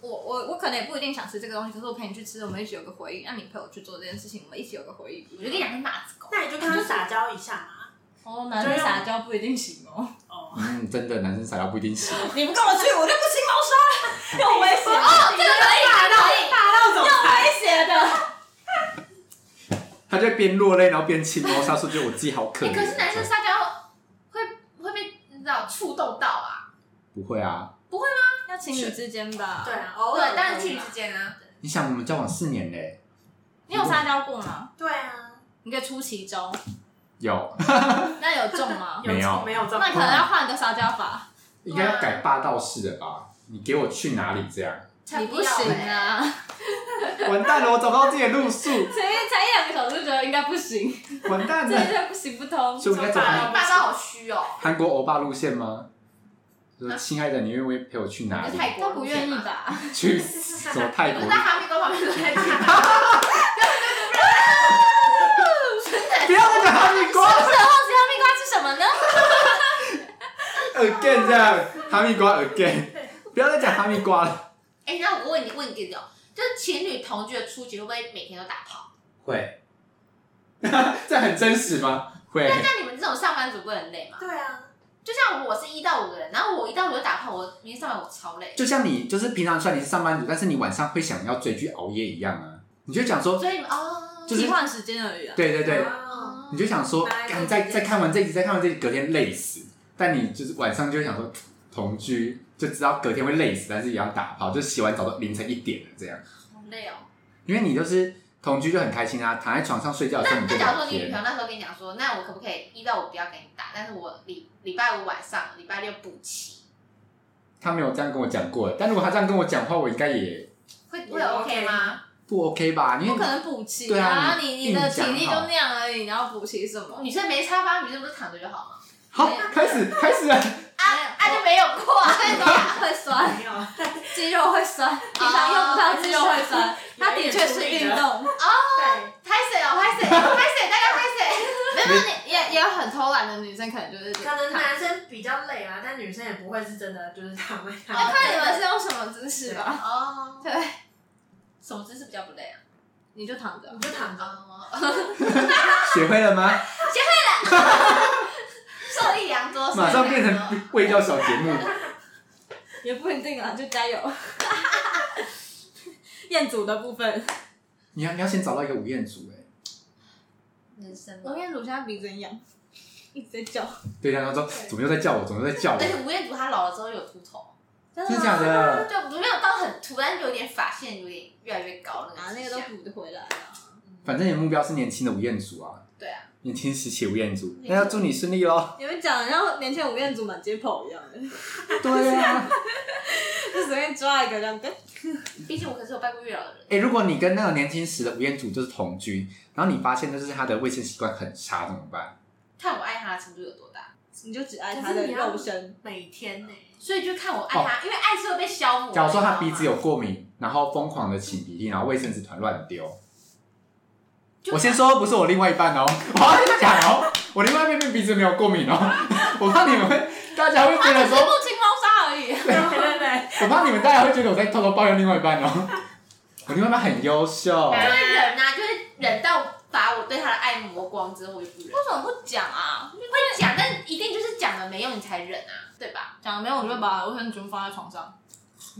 我我我可能也不一定想吃这个东西，可是我陪你去吃，我们一起有个回忆。那你陪我去做这件事情，我们一起有个回忆。
我就跟你讲是马子狗。
那你就跟他撒娇一下嘛。
哦，男生撒娇不一定行哦。
哦，
嗯，真的，男生撒娇不一定行。
你们跟我去，我就不哦亲猫砂，有危险哦，这个可以，可以，
霸道总裁，
危险的。
他就边落泪，然后边亲猫砂，说觉得我自己好可
哎，
怜。
可是男生撒娇会会被你知道触动到啊？
不会啊？
要情侣之间吧？
对，啊，偶尔
对，当然情侣
可以
之
啦
间啊。
你想，我们交往四年嘞，
你有撒娇过吗？
对啊，
你可以出奇招，
有
那有中 吗？
没有
没有这么
那你可能要换个撒娇法，
应该要改霸道式的吧？你给我去哪里这样？
才
你
不
不
要
行
嘞！
啊！
完蛋了，我找不到自己的路数，
才才一两个小时就觉得应该不行，
完蛋
这
了。
这不行不通。
所以我应该走
怎么办
韩
啊
霸道哎好虚哦，
韩国欧巴路线吗？说亲爱的，你愿哎不愿意陪我去哪
就
里？
泰国
他不啊愿意？吧？
去什么泰
你不
国
是？在哈密瓜旁边都在看？
不要再讲哈密瓜
不 是，好奇哈密瓜吃什么呢？
again 这样，哈密瓜 again，不要再讲哈密瓜了。
哎，那我问你问你哦，就是情侣同居的初期会不会每天都打炮？
会， 这很真实吗？会
那那你们这种上班族不会很累吗？
对啊，
就像我是一到五个人，然后我一到五就打炮，我明天上班我超累，
就像你就是平常虽然你是上班族，但是你晚上会想要追剧熬夜一样啊。你就想说，
所以你们哦，
就是
替换时间而已啊。
对对对，
哦
你就想说，
本来就
干
是
再
这样
再看完这一集，再看完这一集，隔天累死。但你就是晚上就会想说，同居就知道隔天会累死，但是也要打炮，就洗完澡都凌晨一点了这样。
好累哦。
因为你就是同居就很开心啊，躺在床上睡觉的时候你就
那假如
聊
说你女朋友
天。
那时候跟你讲说，那我可不可以一到五不要跟你打，但是我礼礼拜五晚上、礼拜六补齐，
他没有这样跟我讲过，但如果他这样跟我讲话，我应该也
会
我
会 OK
OK
吗？
不 OK 吧？因
不可
为
能补齐
对啊
你
你
你的
硬
体
讲
力就
好
那样而已，你要补齐什 么？
女生没差吧？女生不是躺着就好吗？
好开始开始了，
啊啊就没有过啊，
所以说 会酸，
没有，
肌肉会酸，平常用不到啊肌肉会酸，它的确是运动，
对，
拍谁哦，拍谁，拍谁，大家拍谁？
没有没有你也也有很偷懒的女生，可能就是
可能男生比较累啦，但女生也不会是真的就是躺在
要
那里。
看你们是用什么姿势吧。
哦，
对，
什么姿势比较不累啊？
你就躺着啊
你，就躺着，
哦，
学会了吗？
受益良多，
马上变
受益良多
成卫教小节目。
也不一定啊，就加油。 彦祖的部分，
你要你要先找到一个吴彦祖哎、
人生嘛。
吴彦祖现在鼻子很痒，一直在叫。
对，然后说怎么又在叫我，怎么又在叫我
而，且吴彦祖他老了之后有秃头，
真
真的假的？
就没有到很秃，但是有点发线有点越来越高那个
啊，那
迹
个都
象
补得回来了。
反正你的目标是年轻的吴彦祖啊，
对啊，
年轻时期的吴彦祖，
对
那要祝你顺利喽。
你们讲的像年前吴彦祖满街跑一样，
对啊，
就随便抓一个这样。跟
毕竟我可是有拜过月老的人。
哎、如果你跟那个年轻时的吴彦祖就是同居，然后你发现就是他的卫生习惯很差，怎么办？
看我爱他的程度有多大，
你就只爱他的肉身，
每天呢，
所以就看我爱他，因为爱是会被消磨。
哦假如说他鼻子
有，
有过敏，然后疯狂的擤鼻涕，然后卫生纸团乱丢，
就
我先说不是我另外一半 哦，我要先讲哦，我另外一边鼻子没有过敏哦， 我怕你们会，大家会觉得
只是
说，
不清猫砂而已。
对对对，
我怕你们大家会觉得我在偷偷抱怨另外一半哦，我另外一半很优秀，
就会忍啊，就会忍到把我对他的爱磨光之后，我就不忍。
为什么不讲啊？
会讲，但一定就是讲了没用，你才忍啊，对吧？
讲了没有，我就把卫生纸放在床上。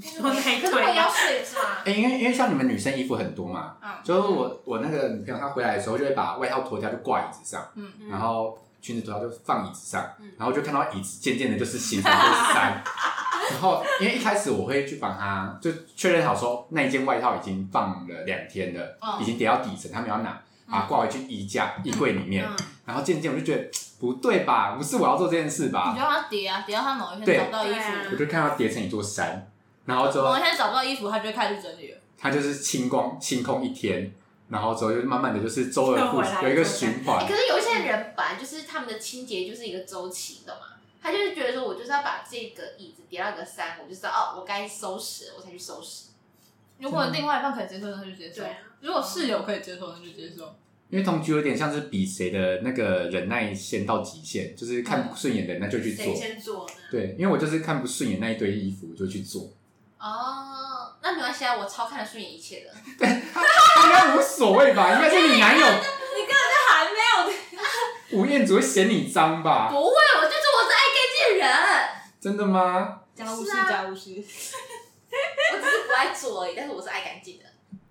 说那一
可是我
对
也要
吗？
睡啊是吗？
哎、因为因为像你们女生衣服很多嘛，
嗯
就是我我那个女朋友她回来的时候就会把外套脱掉就挂椅子上，
嗯
然后裙子脱掉就放椅子上，
嗯
然后就看到椅子渐渐的就是形成就是 塞，然后因为一开始我会去帮她就确认好说那一件外套已经放了两天了，
嗯
已经叠到底层，他们要拿
嗯
把它挂回去衣架、衣柜里面，
嗯
然后渐渐我就觉得嘖不对吧，不是我要做这件事
你
吧，
就让它叠啊，叠到它某一
对啊
天找不到衣
对
服，
我就看她叠成一座山，然后之后
某一天找不到衣服，它就会开始整理了。
他就是清光清空一天，然后之后就慢慢的就是周而复
又回来
始，有一个循环
欸 可。是有一些人本来就是他们的清洁就是一个周期的嘛，他就是觉得说我就是要把这个椅子叠到一个三，我就知道哦，我该收拾了，我才去收拾。
如果另外一半可以接受，那就接受
对啊；
如果室友可以接受，那就接受。
因为同居有点像是比谁的那个忍耐先到极限，就是看不顺眼的那就去
谁
做。
先做呢？
对，因为我就是看不顺眼那一堆衣服我就去做，
哦，那没关系啊，我超看得顺眼一切 的。
应该无所谓吧？应该是你男友
还没有
吴彦祖会嫌你脏吧？
不会，我就是我是爱干净的人，
真的吗？
加
巫
巫
师
师，
加
加巫师，
我只是不爱做而已，但是我是爱干净的。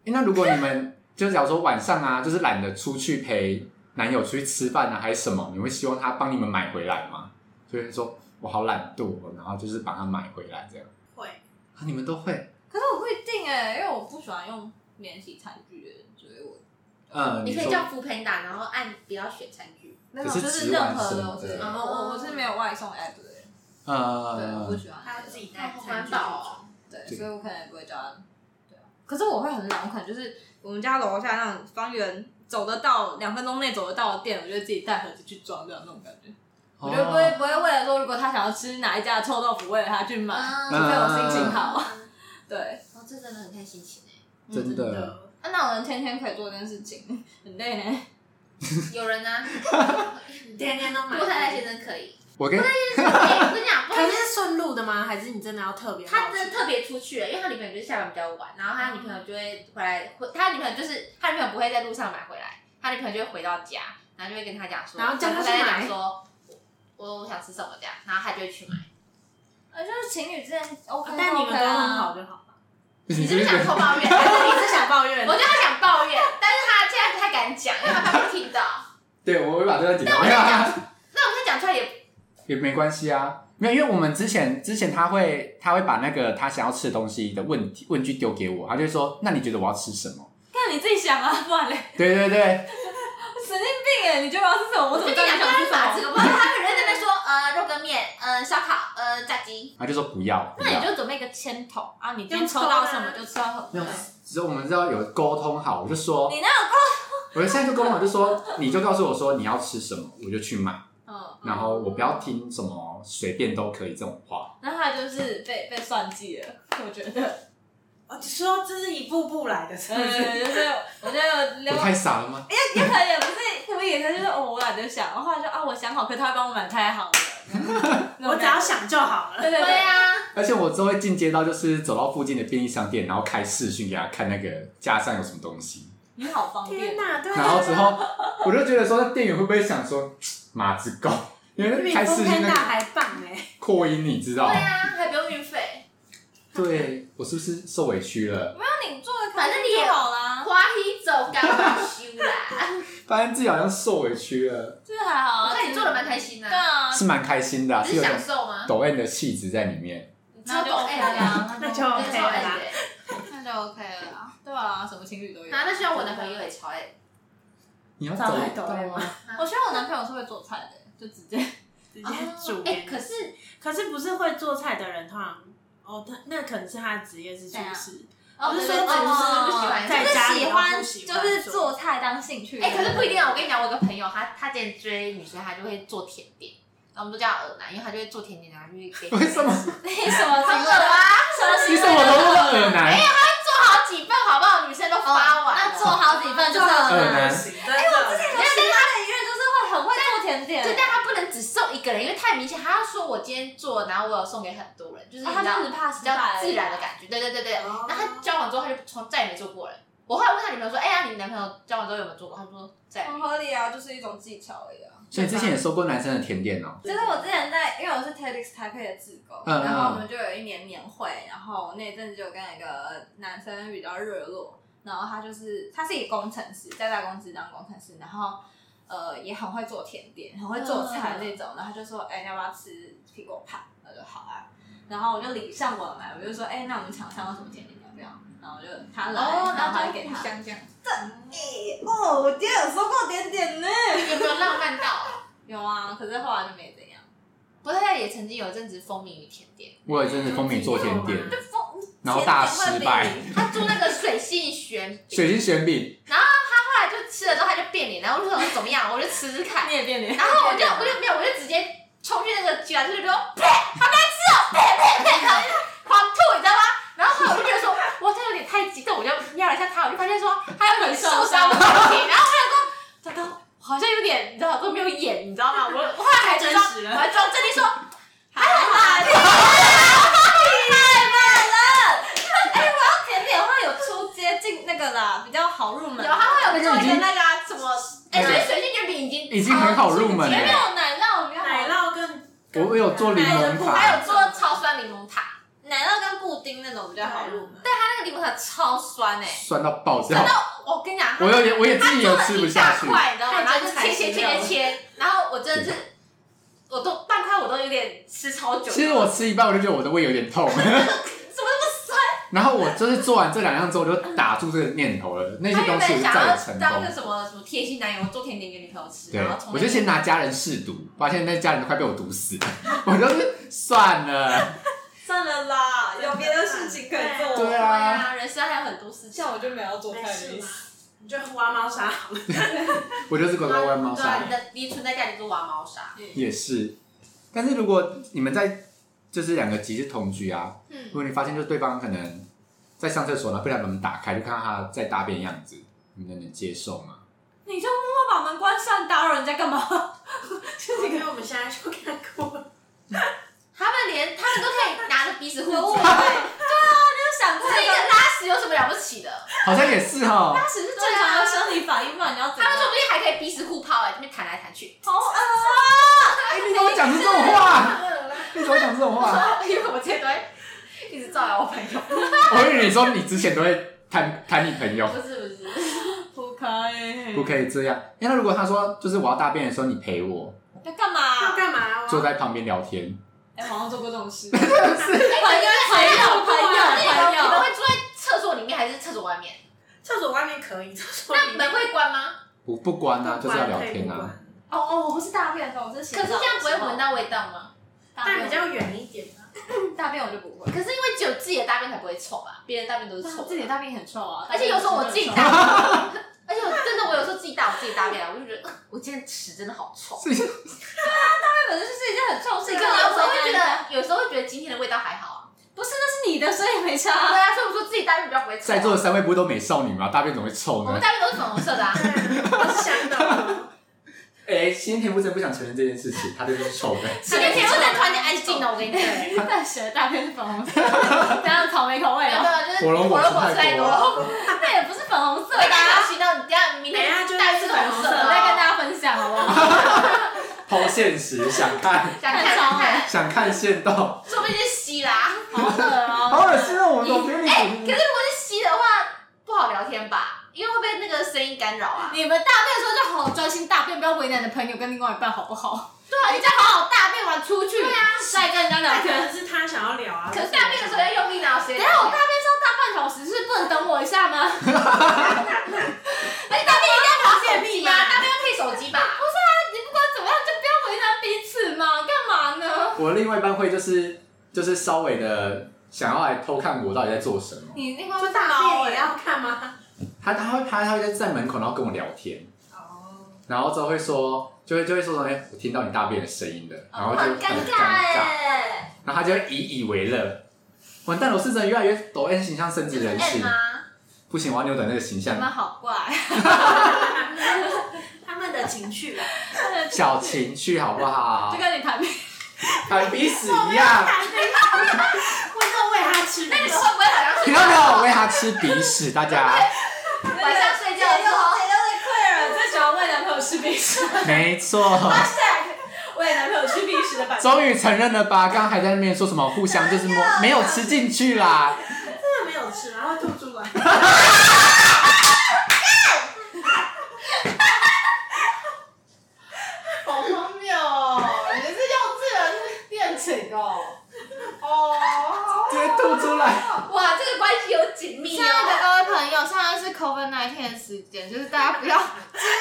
诶那如果你们就假如说晚上啊，就是懒得出去陪男友出去吃饭啊，还是什么，你会希望他帮你们买回来吗？就会说我好懒惰哦，然后就是把它买回来这样。
会，
啊，你们都会？
可是我不一定哎、因为我不喜欢用免洗餐具，所以我
嗯，
你可以
说
叫福培打，然后按不要选餐具。
那
可
种
是
就是
纸碗
任何
什么
的，
的
我是然后我我是没有外送 app 的人，对，我不
呃，
喜欢
他
那
自
种，
己带
好
餐
环
具
保哦
对，
对
所以我可能也不会叫他，对啊。可是我会很懒，我可能就是我们家楼下那种方圆走得到两分钟内走得到的店，我就会自己带盒子去装，这样那种感觉。我觉得不
哦
会不会为了说，如果他想要吃哪一家的臭豆腐，为了他去买，除非我心情好。对，
哦，这真的很看心 情哎。
嗯
真的，
的，
啊那我们天天可以做这件事情， 很累呢。
有人 呢、啊，
天天都买。
郭太太先生可以。
我跟
哎我跟你讲，不
可是是顺路的吗？还是你真的要特别好奇？
他真的特别出去了，因为他女朋友就是下班比较晚，然后他女朋友就会回来，回他女朋友就是他女朋友不会在路上买回来，他女朋友就会回到家，然后就会跟他讲说，
然后叫他去
跟讲
买
说，我我想吃什么这样，然后他就会去买。
啊，就是情侣之间 OK，
但你们
OK
刚
啊
刚好就好。
你是不是想偷抱 怨？
但是你是想抱 怨
我？就他想抱怨，但是他现在不太敢讲，因为他怕被听到。
对，我会把这段剪掉，
我
没有啊，
那我现在讲出来也
也没关系啊，没有，因为我们之前之前他会他会把那个他想要吃的东西的问题问句丢给我，他就会说，那你觉得我要吃什么？
看你自己想啊，不然嘞，
对对对，
神经病哎！你觉得我要吃什么？我怎
我
么
就
知道
跟你
你
讲，
想
他
吃
是把这
什么？
个，不然他有人在那边说，呃，肉羹面，呃，烧烤，呃，炸鸡，
他就说不要不
那
要
你，就准备一个签筒啊，你今
用
天抽
抽
到
的
什
啊
么就抽到什么。
那只有我们知道有沟通好，我就说，
你那有
我就现在就跟我就说， 你就告诉我说你要吃什么，我就去买，
嗯，
然后我不要听什么随便都可以这种话，
那他就是被被算计了，我觉得。
我就说这哦是一步步来的，是不是？
嗯，就是我觉得另
我
外
太傻了吗？
也可能也不是故意，他就是哦，我懒得想，然后来就啊，我想好，可是他会帮我买太好了。那种
我只要想就好 了。
对对
对啊
对，
呀、
而且我之后会进阶到就是走到附近的便利商店，然后开视讯给他看那个架上有什么东西，
你好方
天
便。
哪，对啊。
然后之后我就觉得说，那店员会不会想说马子狗？因为
比
开视
风
讯
啊天
那
大
个
还棒哎！
扩音，你知道
对？啊呀、还不用运费，
对我是不是受委屈了？
那你做的
反正你也
好啦，
花一走干嘛修啦？
发现自己好像受委屈了，
这还好
我
啊。
看你做的蛮开心的、
对啊，
是蛮开心的啊、
你
是
是
有点
享受吗？
抖 M 的气质在里面。
那就
超
OK
懂哎
了，
那就
我超
OK
爱
啦
的欸。
那就 OK 了啦。对啊，什么情侣都有。
然后那希望我男朋友也超爱。
你要
早
走
来抖
到
M
吗？
啊
我希望我男朋友是会做菜的，就直接。
直接
哦
煮给
哎，
你。
可是
可是不是会做菜的人，通常哦，他那可能是他的职业是厨师，
哦，
不是
对
说
对
只
对不
是
喜欢
在
就是
家里
喜
然后
欢，
不喜
就
欢
是
做
做菜当兴趣。
哎，可是不一定 啊。我跟你讲，我有个朋友，他他之前追女生，他就会做甜点，然后我们都叫他耳男，因为他就会做甜点，然后就会给。
为什么？
你什么
很
情
恶啊！
你怎么都那么耳男？
做好几份好不好？女生都发完了。
哦那做好几份就是很
二男
哎，我之前
有其他的一个人就是会很会做甜点，
对，但他不能只送一个人，因为太明显。他要说我今天做，然后我有送给很多人，就是你
啊
知
他
道
就是怕失
比较
败，
自然的感觉。对对对对。
哦
然后他交往之后，他就从再也没做过了。我后来问他女朋友说：“哎、呀，你男朋友交往之后有没有做过？”他说：“再也没有。
很合理啊，就是一种技巧而已啊。
所以之前也收过男生的甜点哦、
对
就是我之前在，因为我我是 TEDx 台北的志工，
嗯嗯嗯
然后我们就有一年年会，然后那一阵子就跟一个男生比较热络，然后他就是他是一个工程师，在大公司当工程师，然后呃也很会做甜点，很会做菜那种，然后他就说，哎、你要不要吃苹果派？我就好啊，然后我就礼尚往来，我就说，哎、那我们厂商有什么甜点要不要？然后我就他来，然后还哦给他，
相这样，
哦，我今天有收过点点呢。
有没有浪漫到？
有啊，可是后来就没怎样。
不太也曾经有一阵子风靡于甜点，
我也真的风靡做甜点，
啊
然后
甜
大
点会
失
比
败。
他做那个水性玄饼，
水晶玄饼，
后来就吃了之后他就变脸，然后我就想说怎么样，我就吃吃
哎啊
看，
你也变脸，
然后我就我就没有，我就直接冲去那个居然就是说呸，好难吃哦，呸呸呸，然后就狂吐，你知道吗？然后后来我就觉得说，哇，这有点太激动，我就瞄了一下他，我就发现说他有点受伤的表情，然后后来说，糟糕，好像有点，你知道都没有演，你知道吗？ 我我后来还
真
装，
实了
我还装镇定 说，
还好啦，哎甜点的话有出街进那个啦，比较好入门。
有啊
啊
他会有
那个已
做一
经
个那个啊什么，哎，所以水性卷饼已经
已经很好入门
没
了。
有奶酪，没有
奶酪更
我有做柠檬塔
还有做超酸柠檬塔，
奶酪跟布丁那种比较好入门。
但他那个柠檬塔超酸哎、
酸到爆
酸
掉，
到我跟你讲，它
我有点，我也自己
做
也
了
吃不
一
下
大
去。
块，你知道吗？然后
太
就切
真材
切
实
切
料
切切，然后我真的是，我都半块我都有点吃超久。
其实我吃一半我就觉得我的胃有点痛，
怎么那么酸？
然后我就是做完这两样之后，我就打住这个念头了。那些
他
东
原
西
本
我
想
再
要
也成
当个
功。
什么什么贴心男友，做甜点给女朋友吃，
对
然后，从
我就先拿家人试毒，发现那家人都快被我毒死了。我就是算了，
算了啦，有别的事情可以做。
对
对
啊，
啊，人生还有很多事情。
像我就没有做
没
菜
事嘛，你就挖猫砂好 了。
我就是乖乖玩猫
对啊，
砂
你的你存在家里做玩猫砂，
也是。但是如果你们在就是两个极致同居啊，如果你发现就是对方可能在上厕所，然后被他把门打开，就看到他在大便的样子，你们能接受吗？
你就默默把门关上，打扰人家干嘛？
这个我们现在就看过了，
他们连他们都可以拿着鼻子互
可恶
嘴，
就想过哎
这一个拉屎有什么了不起的？
好像也是哦。
拉屎是正常的生理反应，不然你要怎哦
他
样
们？说不定还可以彼此互泡哎，这边弹来弹去。
好恶啊！
哎、你怎么讲出这种话？你怎么讲这种话？
因为我之前都会一直造谣我朋友，
我以为你说你之前都会谈谈你朋友，
不是不是。
不可以
不可以这样。哎那如果他说就是我要大便的时候你陪我，
要干
要
嘛？
干嘛？啊
坐在旁边聊天，
哎、好像做过这种事。朋友，朋友，朋
那你们
友，
你
朋
们
友。
会住在厕所里面还是厕所外面？
厕所外面可以，厕所
那门
里面
会关吗？
不不关啊，就是要聊天啊。。
哦哦，我不是大便的时候，我是洗
可
澡
是
的时
这
候
样不会闻，到味道吗？
大
但比
便
较远一 点啊，
大便我就不会
可。是因为只有自己的大便才不会臭吧，别人大便都是臭的。
自己大便很臭啊，
而且有时候我自己
大
大，而且我真的我有时候自己大我自己大便啊，我就觉得呃我今天屎真的好臭。
是
便本身就是一件很臭的事
可
情，
是有时候会觉得，有时候会觉得今天的味道还好啊。
不是，那是你的，所以没
对
差。
啊，所以我说自己大便比较不会臭啊。
在座的三位不是都美少女吗？大便怎么会臭
我
呢
们？大便都是粉红色的啊。
我是香港。
哎、新田不真不想承认这件事情，他就是臭的。
十年前不能突然间安静了，我跟你讲。
对，
大学大便是粉红 色，加上草莓口味啊
没有
的，
没有，就是
火龙果
火龙果
吃
吃
太
太
多啊
多
了
了。
那也不是粉红色
我
的
跟大家
啊。
洗到你，等一下明
等一下
天
就是
大便是粉红色的
我
哦。
再跟大家分享好不好？
抛现实，想看
想看想看，
想看现动，
说不定是吸啦。
好恶啊！
好恶心哦！我都给你。
哎可是如果是吸的话，不好聊天吧，因为会被那个声音干扰啊。
你们大便的时候就好好专心大便，不要为难你的朋友跟另外一半，好不好？
对啊，你再好好大便完出去。对啊，
再跟人家
那
聊
可
天。
能是他想要聊啊。
可是大便的时候要用力拿，谁？
等一下我大便是要大半小时，是不能等我一下吗？ 哎
而且大便一定要拿
便
手
秘
机
吗
吧，大便要配手机吧。
不是啊，你不管怎么样就不要为难彼此嘛，干嘛呢？
我另外一半会就是就是稍微的想要来偷看我到底在做什么。
你那
就
个
大便也要看吗？
他他会他他会在门口，然后跟我聊天，
哦，
然后之后会说，就会就会说什么，哎，我听到你大便的声音了，然后就
很哦尴尬哎。
然后他就会引以为乐。完蛋了，我是真的越来越抖 N 形象升级人
摁
性，
哎吗？
不行，我要扭转那个形
你们
象。
好怪，
他们的情趣啊，
小情绪好不好
就？跟你谈恋
喊彼此一样，
我都喂他吃。
那你们会不会好像
听到没有？我为他吃鼻屎，大 家
爱，
晚上睡觉的时 候？
对，最喜欢为男朋友吃冰室，
没错。
为男朋友吃冰室 的
版
终于承认了吧？刚刚还在那边说什么互相就是 摸，没有吃进去啦。
真的没有吃，然后吐出来。
好荒谬哦！你们是幼稚园恋情哦？哦，
直接吐出来。
哇，这个关系有紧密
亲爱的
哦。
各位朋友，现在是 COVID nineteen 的时间，就是大 家不要，就是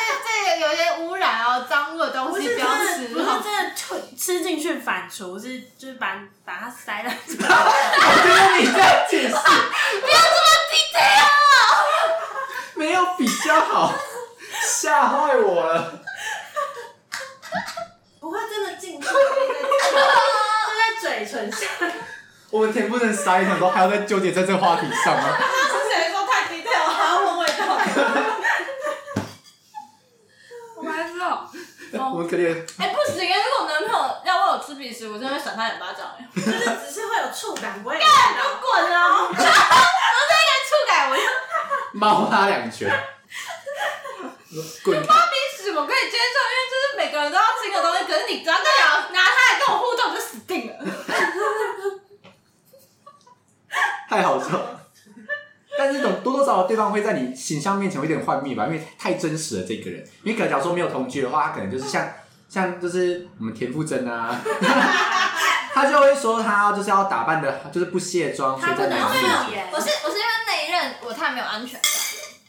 这个有些污染哦，脏污的东
不
西
是
不
真
要
的，
吃
不是
哦。
真的吐吃进去反刍，是就是把把它塞到嘴巴。
我觉得你这样 解释
不要这么低调啊！
没有比较好，吓坏我了。
不会真的进去，就在嘴唇下。
我们田馥甄傻眼，想说还要再纠结在这个话题上吗？
是谁说太低调了？还要闻味道？
我还知道。
我们可怜
哎、不行啊！如果我男朋友要喂我吃鼻屎，我真的会甩他两巴掌、哎，
就是只是会有触感， 不会有哦味道。
滚啊！我在一个触感，我就
猫他两 拳，滚！
鼻屎我可以接受，因为就是每个人都要吃一个东西，可是你只要跟我
啊
拿它来跟我互动，我就死定了。
太好笑了。但是总多多少少对方会在你形象面前有一点幻灭吧，因为太真实了这个人。因为可能假如说没有同居的话，他可能就是像像就是我们田馥甄 啊，他就会说他就是要打扮的，就是不卸妆，所以
他不
在
能
男
素
生
颜
我，是我是因为那一任我太没有安全感了，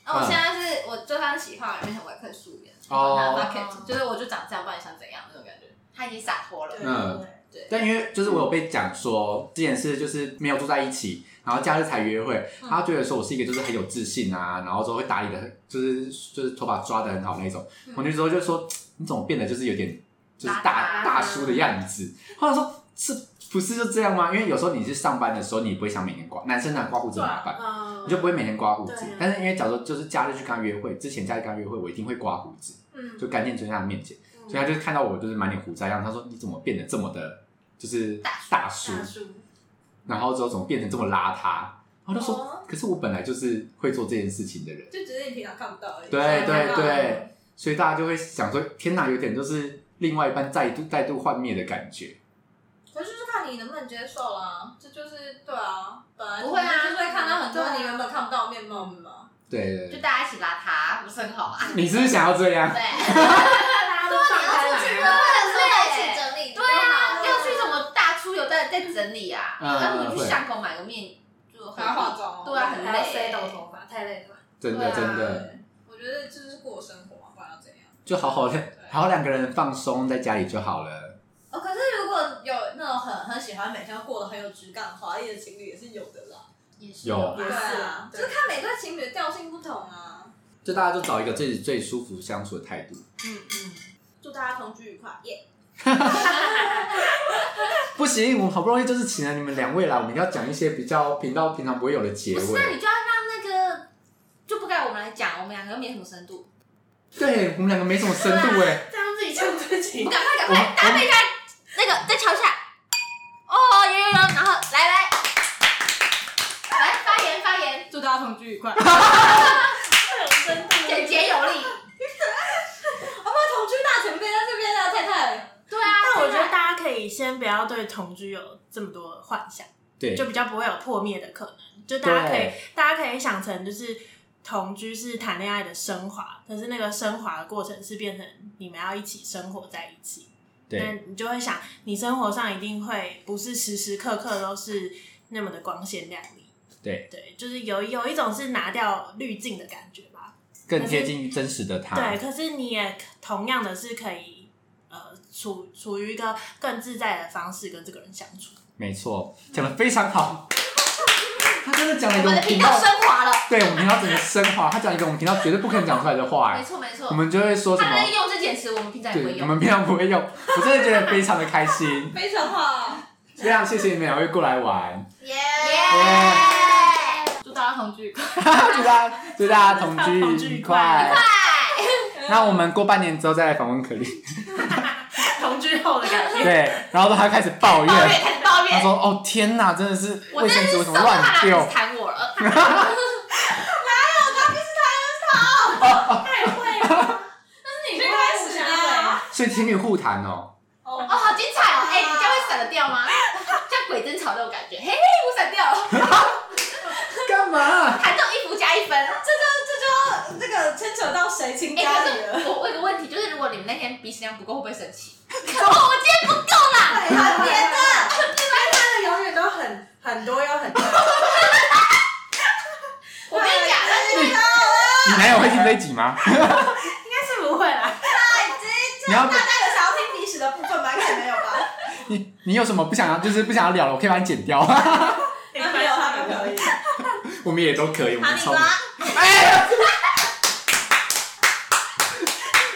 然
嗯
后我现在是我就算喜欢人面前我也可以素颜，拿
哦。
bucket，就是我就长这样，不然你想怎样那种感觉。
他已经洒脱了。
嗯但因为就是我有被讲说这件事就是没有住在一起，然后假日才约会，他觉得说我是一个就是很有自信啊，然后之后会打理的很，就是就是头发抓的很好那种。我那时候就说你怎么变得就是有点就是大
大
大叔的样子？后来说是不是就这样吗？因为有时候你是上班的时候，你不会想每天刮，男生拿刮胡子很麻烦。
嗯
你就不会每天刮胡子
对啊，
但是因为假如说就是假日去跟他约会，之前假日跟他约会，我一定会刮胡子，
嗯
就干净追在他面前。所以他就是看到我就是满脸胡渣样，他说你怎么变得这么的，就是大叔，
大叔，
然后之后怎么变成这么邋遢？然后就说，
哦
可是我本来就是会做这件事情的人，
就只是你平常看不到而已。
对
看
对
不到
对，所以大家就会想说，天哪，有点就是另外一半再度再度幻灭的感觉。
可是就是看你能不能接受啦、这就是对啊，本来
不会啊
就是会看到很
对
多
啊
你原本看不到的面貌嘛。
对对
就
对，
大家一起邋遢，不是很好吗？
你是不是想要这样？
对，
大家都放开来了。
对
整理
对啊，要去什么大出游再再整理啊，
嗯
那我们去巷口买个面就
还
很
要化妆哦，
对啊，很
还要塞
累。
抖头发，太累了吧？
真
对啊
的真的，
我觉得就是过生活啊嘛，不然要怎样？
就好好的，好好两个人放松在家里就好了。
哦，可是如果有那种很很喜欢每天过得很有质感、华丽的情侣也是有的啦。
也是
有
也是
对
啊，
啊就是看每对情侣的调性不同啊。
就大家就找一个自己最舒服相处的态度。
嗯嗯，
祝大家同居愉快，耶、
不行，我们好不容易就是请了你们两位来，我们一定要讲一些比较频道平常不会有的结
不是，那
尾。
你就要让那个就不该我们来讲，我们两个又没什么深度。
对我们两个没什么深度
啊
哎，
这样自己唱自己
赶。快赶
我
快搭配一下那个，再瞧一下。哦，有有有，然后来来来发言发言，
祝大家同居愉快。哎
简洁有力。
好不好？同居大前辈在这边啊，太太。
对啊，
但我觉得大家可以先不要对同居有这么多幻想，
对，
就比较不会有破灭的可能。就大家可以
对，
大家可以想成就是同居是谈恋爱的升华，可是那个升华的过程是变成你们要一起生活在一起。
对
那你就会想，你生活上一定会不是时时刻刻都是那么的光鲜亮丽。
对
对，就是有有一种是拿掉滤镜的感觉吧。
更贴近于真实的他。
对，可是你也同样的是可以呃处处于一个更自在的方式跟这个人相处。
没错，讲的非常 好。他真的讲了一
我
个
们
我们
的
频
频
道
道，升华了。
对我们频道整个升华，他讲一个我们频道绝对不可能讲出来的话
没
哎，
错没错
我，们就会说什
他们
么？
用这简词，我们平常也不会
对，我
用。
们平常不会用。 我真的觉得非常的开心，
非常好，
非常谢谢你们两位过来玩，
耶！
祝大家同居愉快。
祝大 家祝大家同
同
居
居
愉
愉
快
快。
那我们过半年之后再来访问可丽，
同居后的感 觉。
对，然后他开始抱
抱
怨
怨，开始抱
他
怨，
说：“哦天哪，真的是
我
卫
真
生
的是手
纸为
都
什么乱
怕
丢
他弹我了。
你先开始啊。
所以情侣互谈哦，
哦
哦哦，好精彩哦！哎、闪掉 吗？像鬼争吵那种感觉，嘿嘿，我闪掉了，
干嘛？
弹奏一幅加一分。
这就这就那个牵扯到谁亲
哎、
家
可
里了。
是我我有个问题，就是如果你们那天鼻屎量不够，会不会生 气？可恶，哦我今天不够啦！
哎很黏的，
真的永远都很很多又很多。
我跟你讲，
应
你男友会听这一 集吗？
该是不会啦。
你要不
大家有想要听鼻屎的部分吗？应该没有 吧？
你你有什么不想要，就是不想要聊了，我可以把你剪掉。
他没有，他没有。
我们也都可以，我
哈
们
密
超。
瓜，
哎，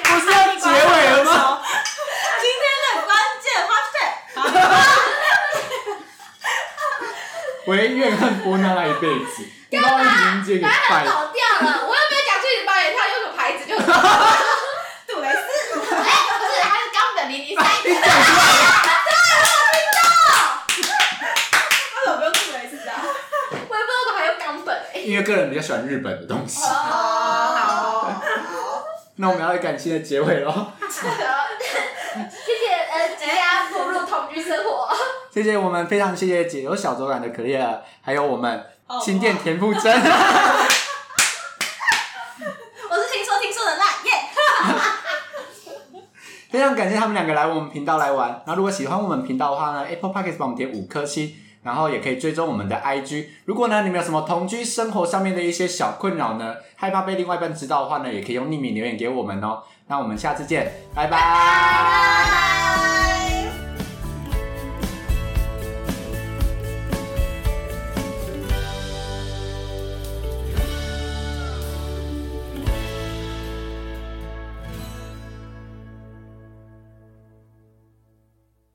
不是要结尾了吗？
今天的关键 hashtag，
我会怨恨波娜那一辈 子，不知道已经接给拜
他倒掉了，我又没有讲出你八元套用什么牌子，就是
杜蕾斯。
哎、不是，他是冈本零零 三。
你讲出来了，
为什么不用杜蕾斯啊？
我也不知道怎么还有冈本哎、
因为个人比较喜欢日本的东西。
哦，
那我们要来感谢的结尾喽。
好，谢谢呃，即将步入同居生活。
谢谢我们非常谢谢解忧小酒馆的可丽尔，还有我们
哦
新店田馥甄。
我是听说听说的烂耶。
非常感谢他们两个来我们频道来玩。然后如果喜欢我们频道的话呢，Apple Podcast 帮我们点五颗星，然后也可以追踪我们的 IG。如果呢你们有什么同居生活上面的一些小困扰呢，害怕被另外一半知道的话呢，也可以用匿名留言给我们哦。那我们下次见，拜拜
拜拜。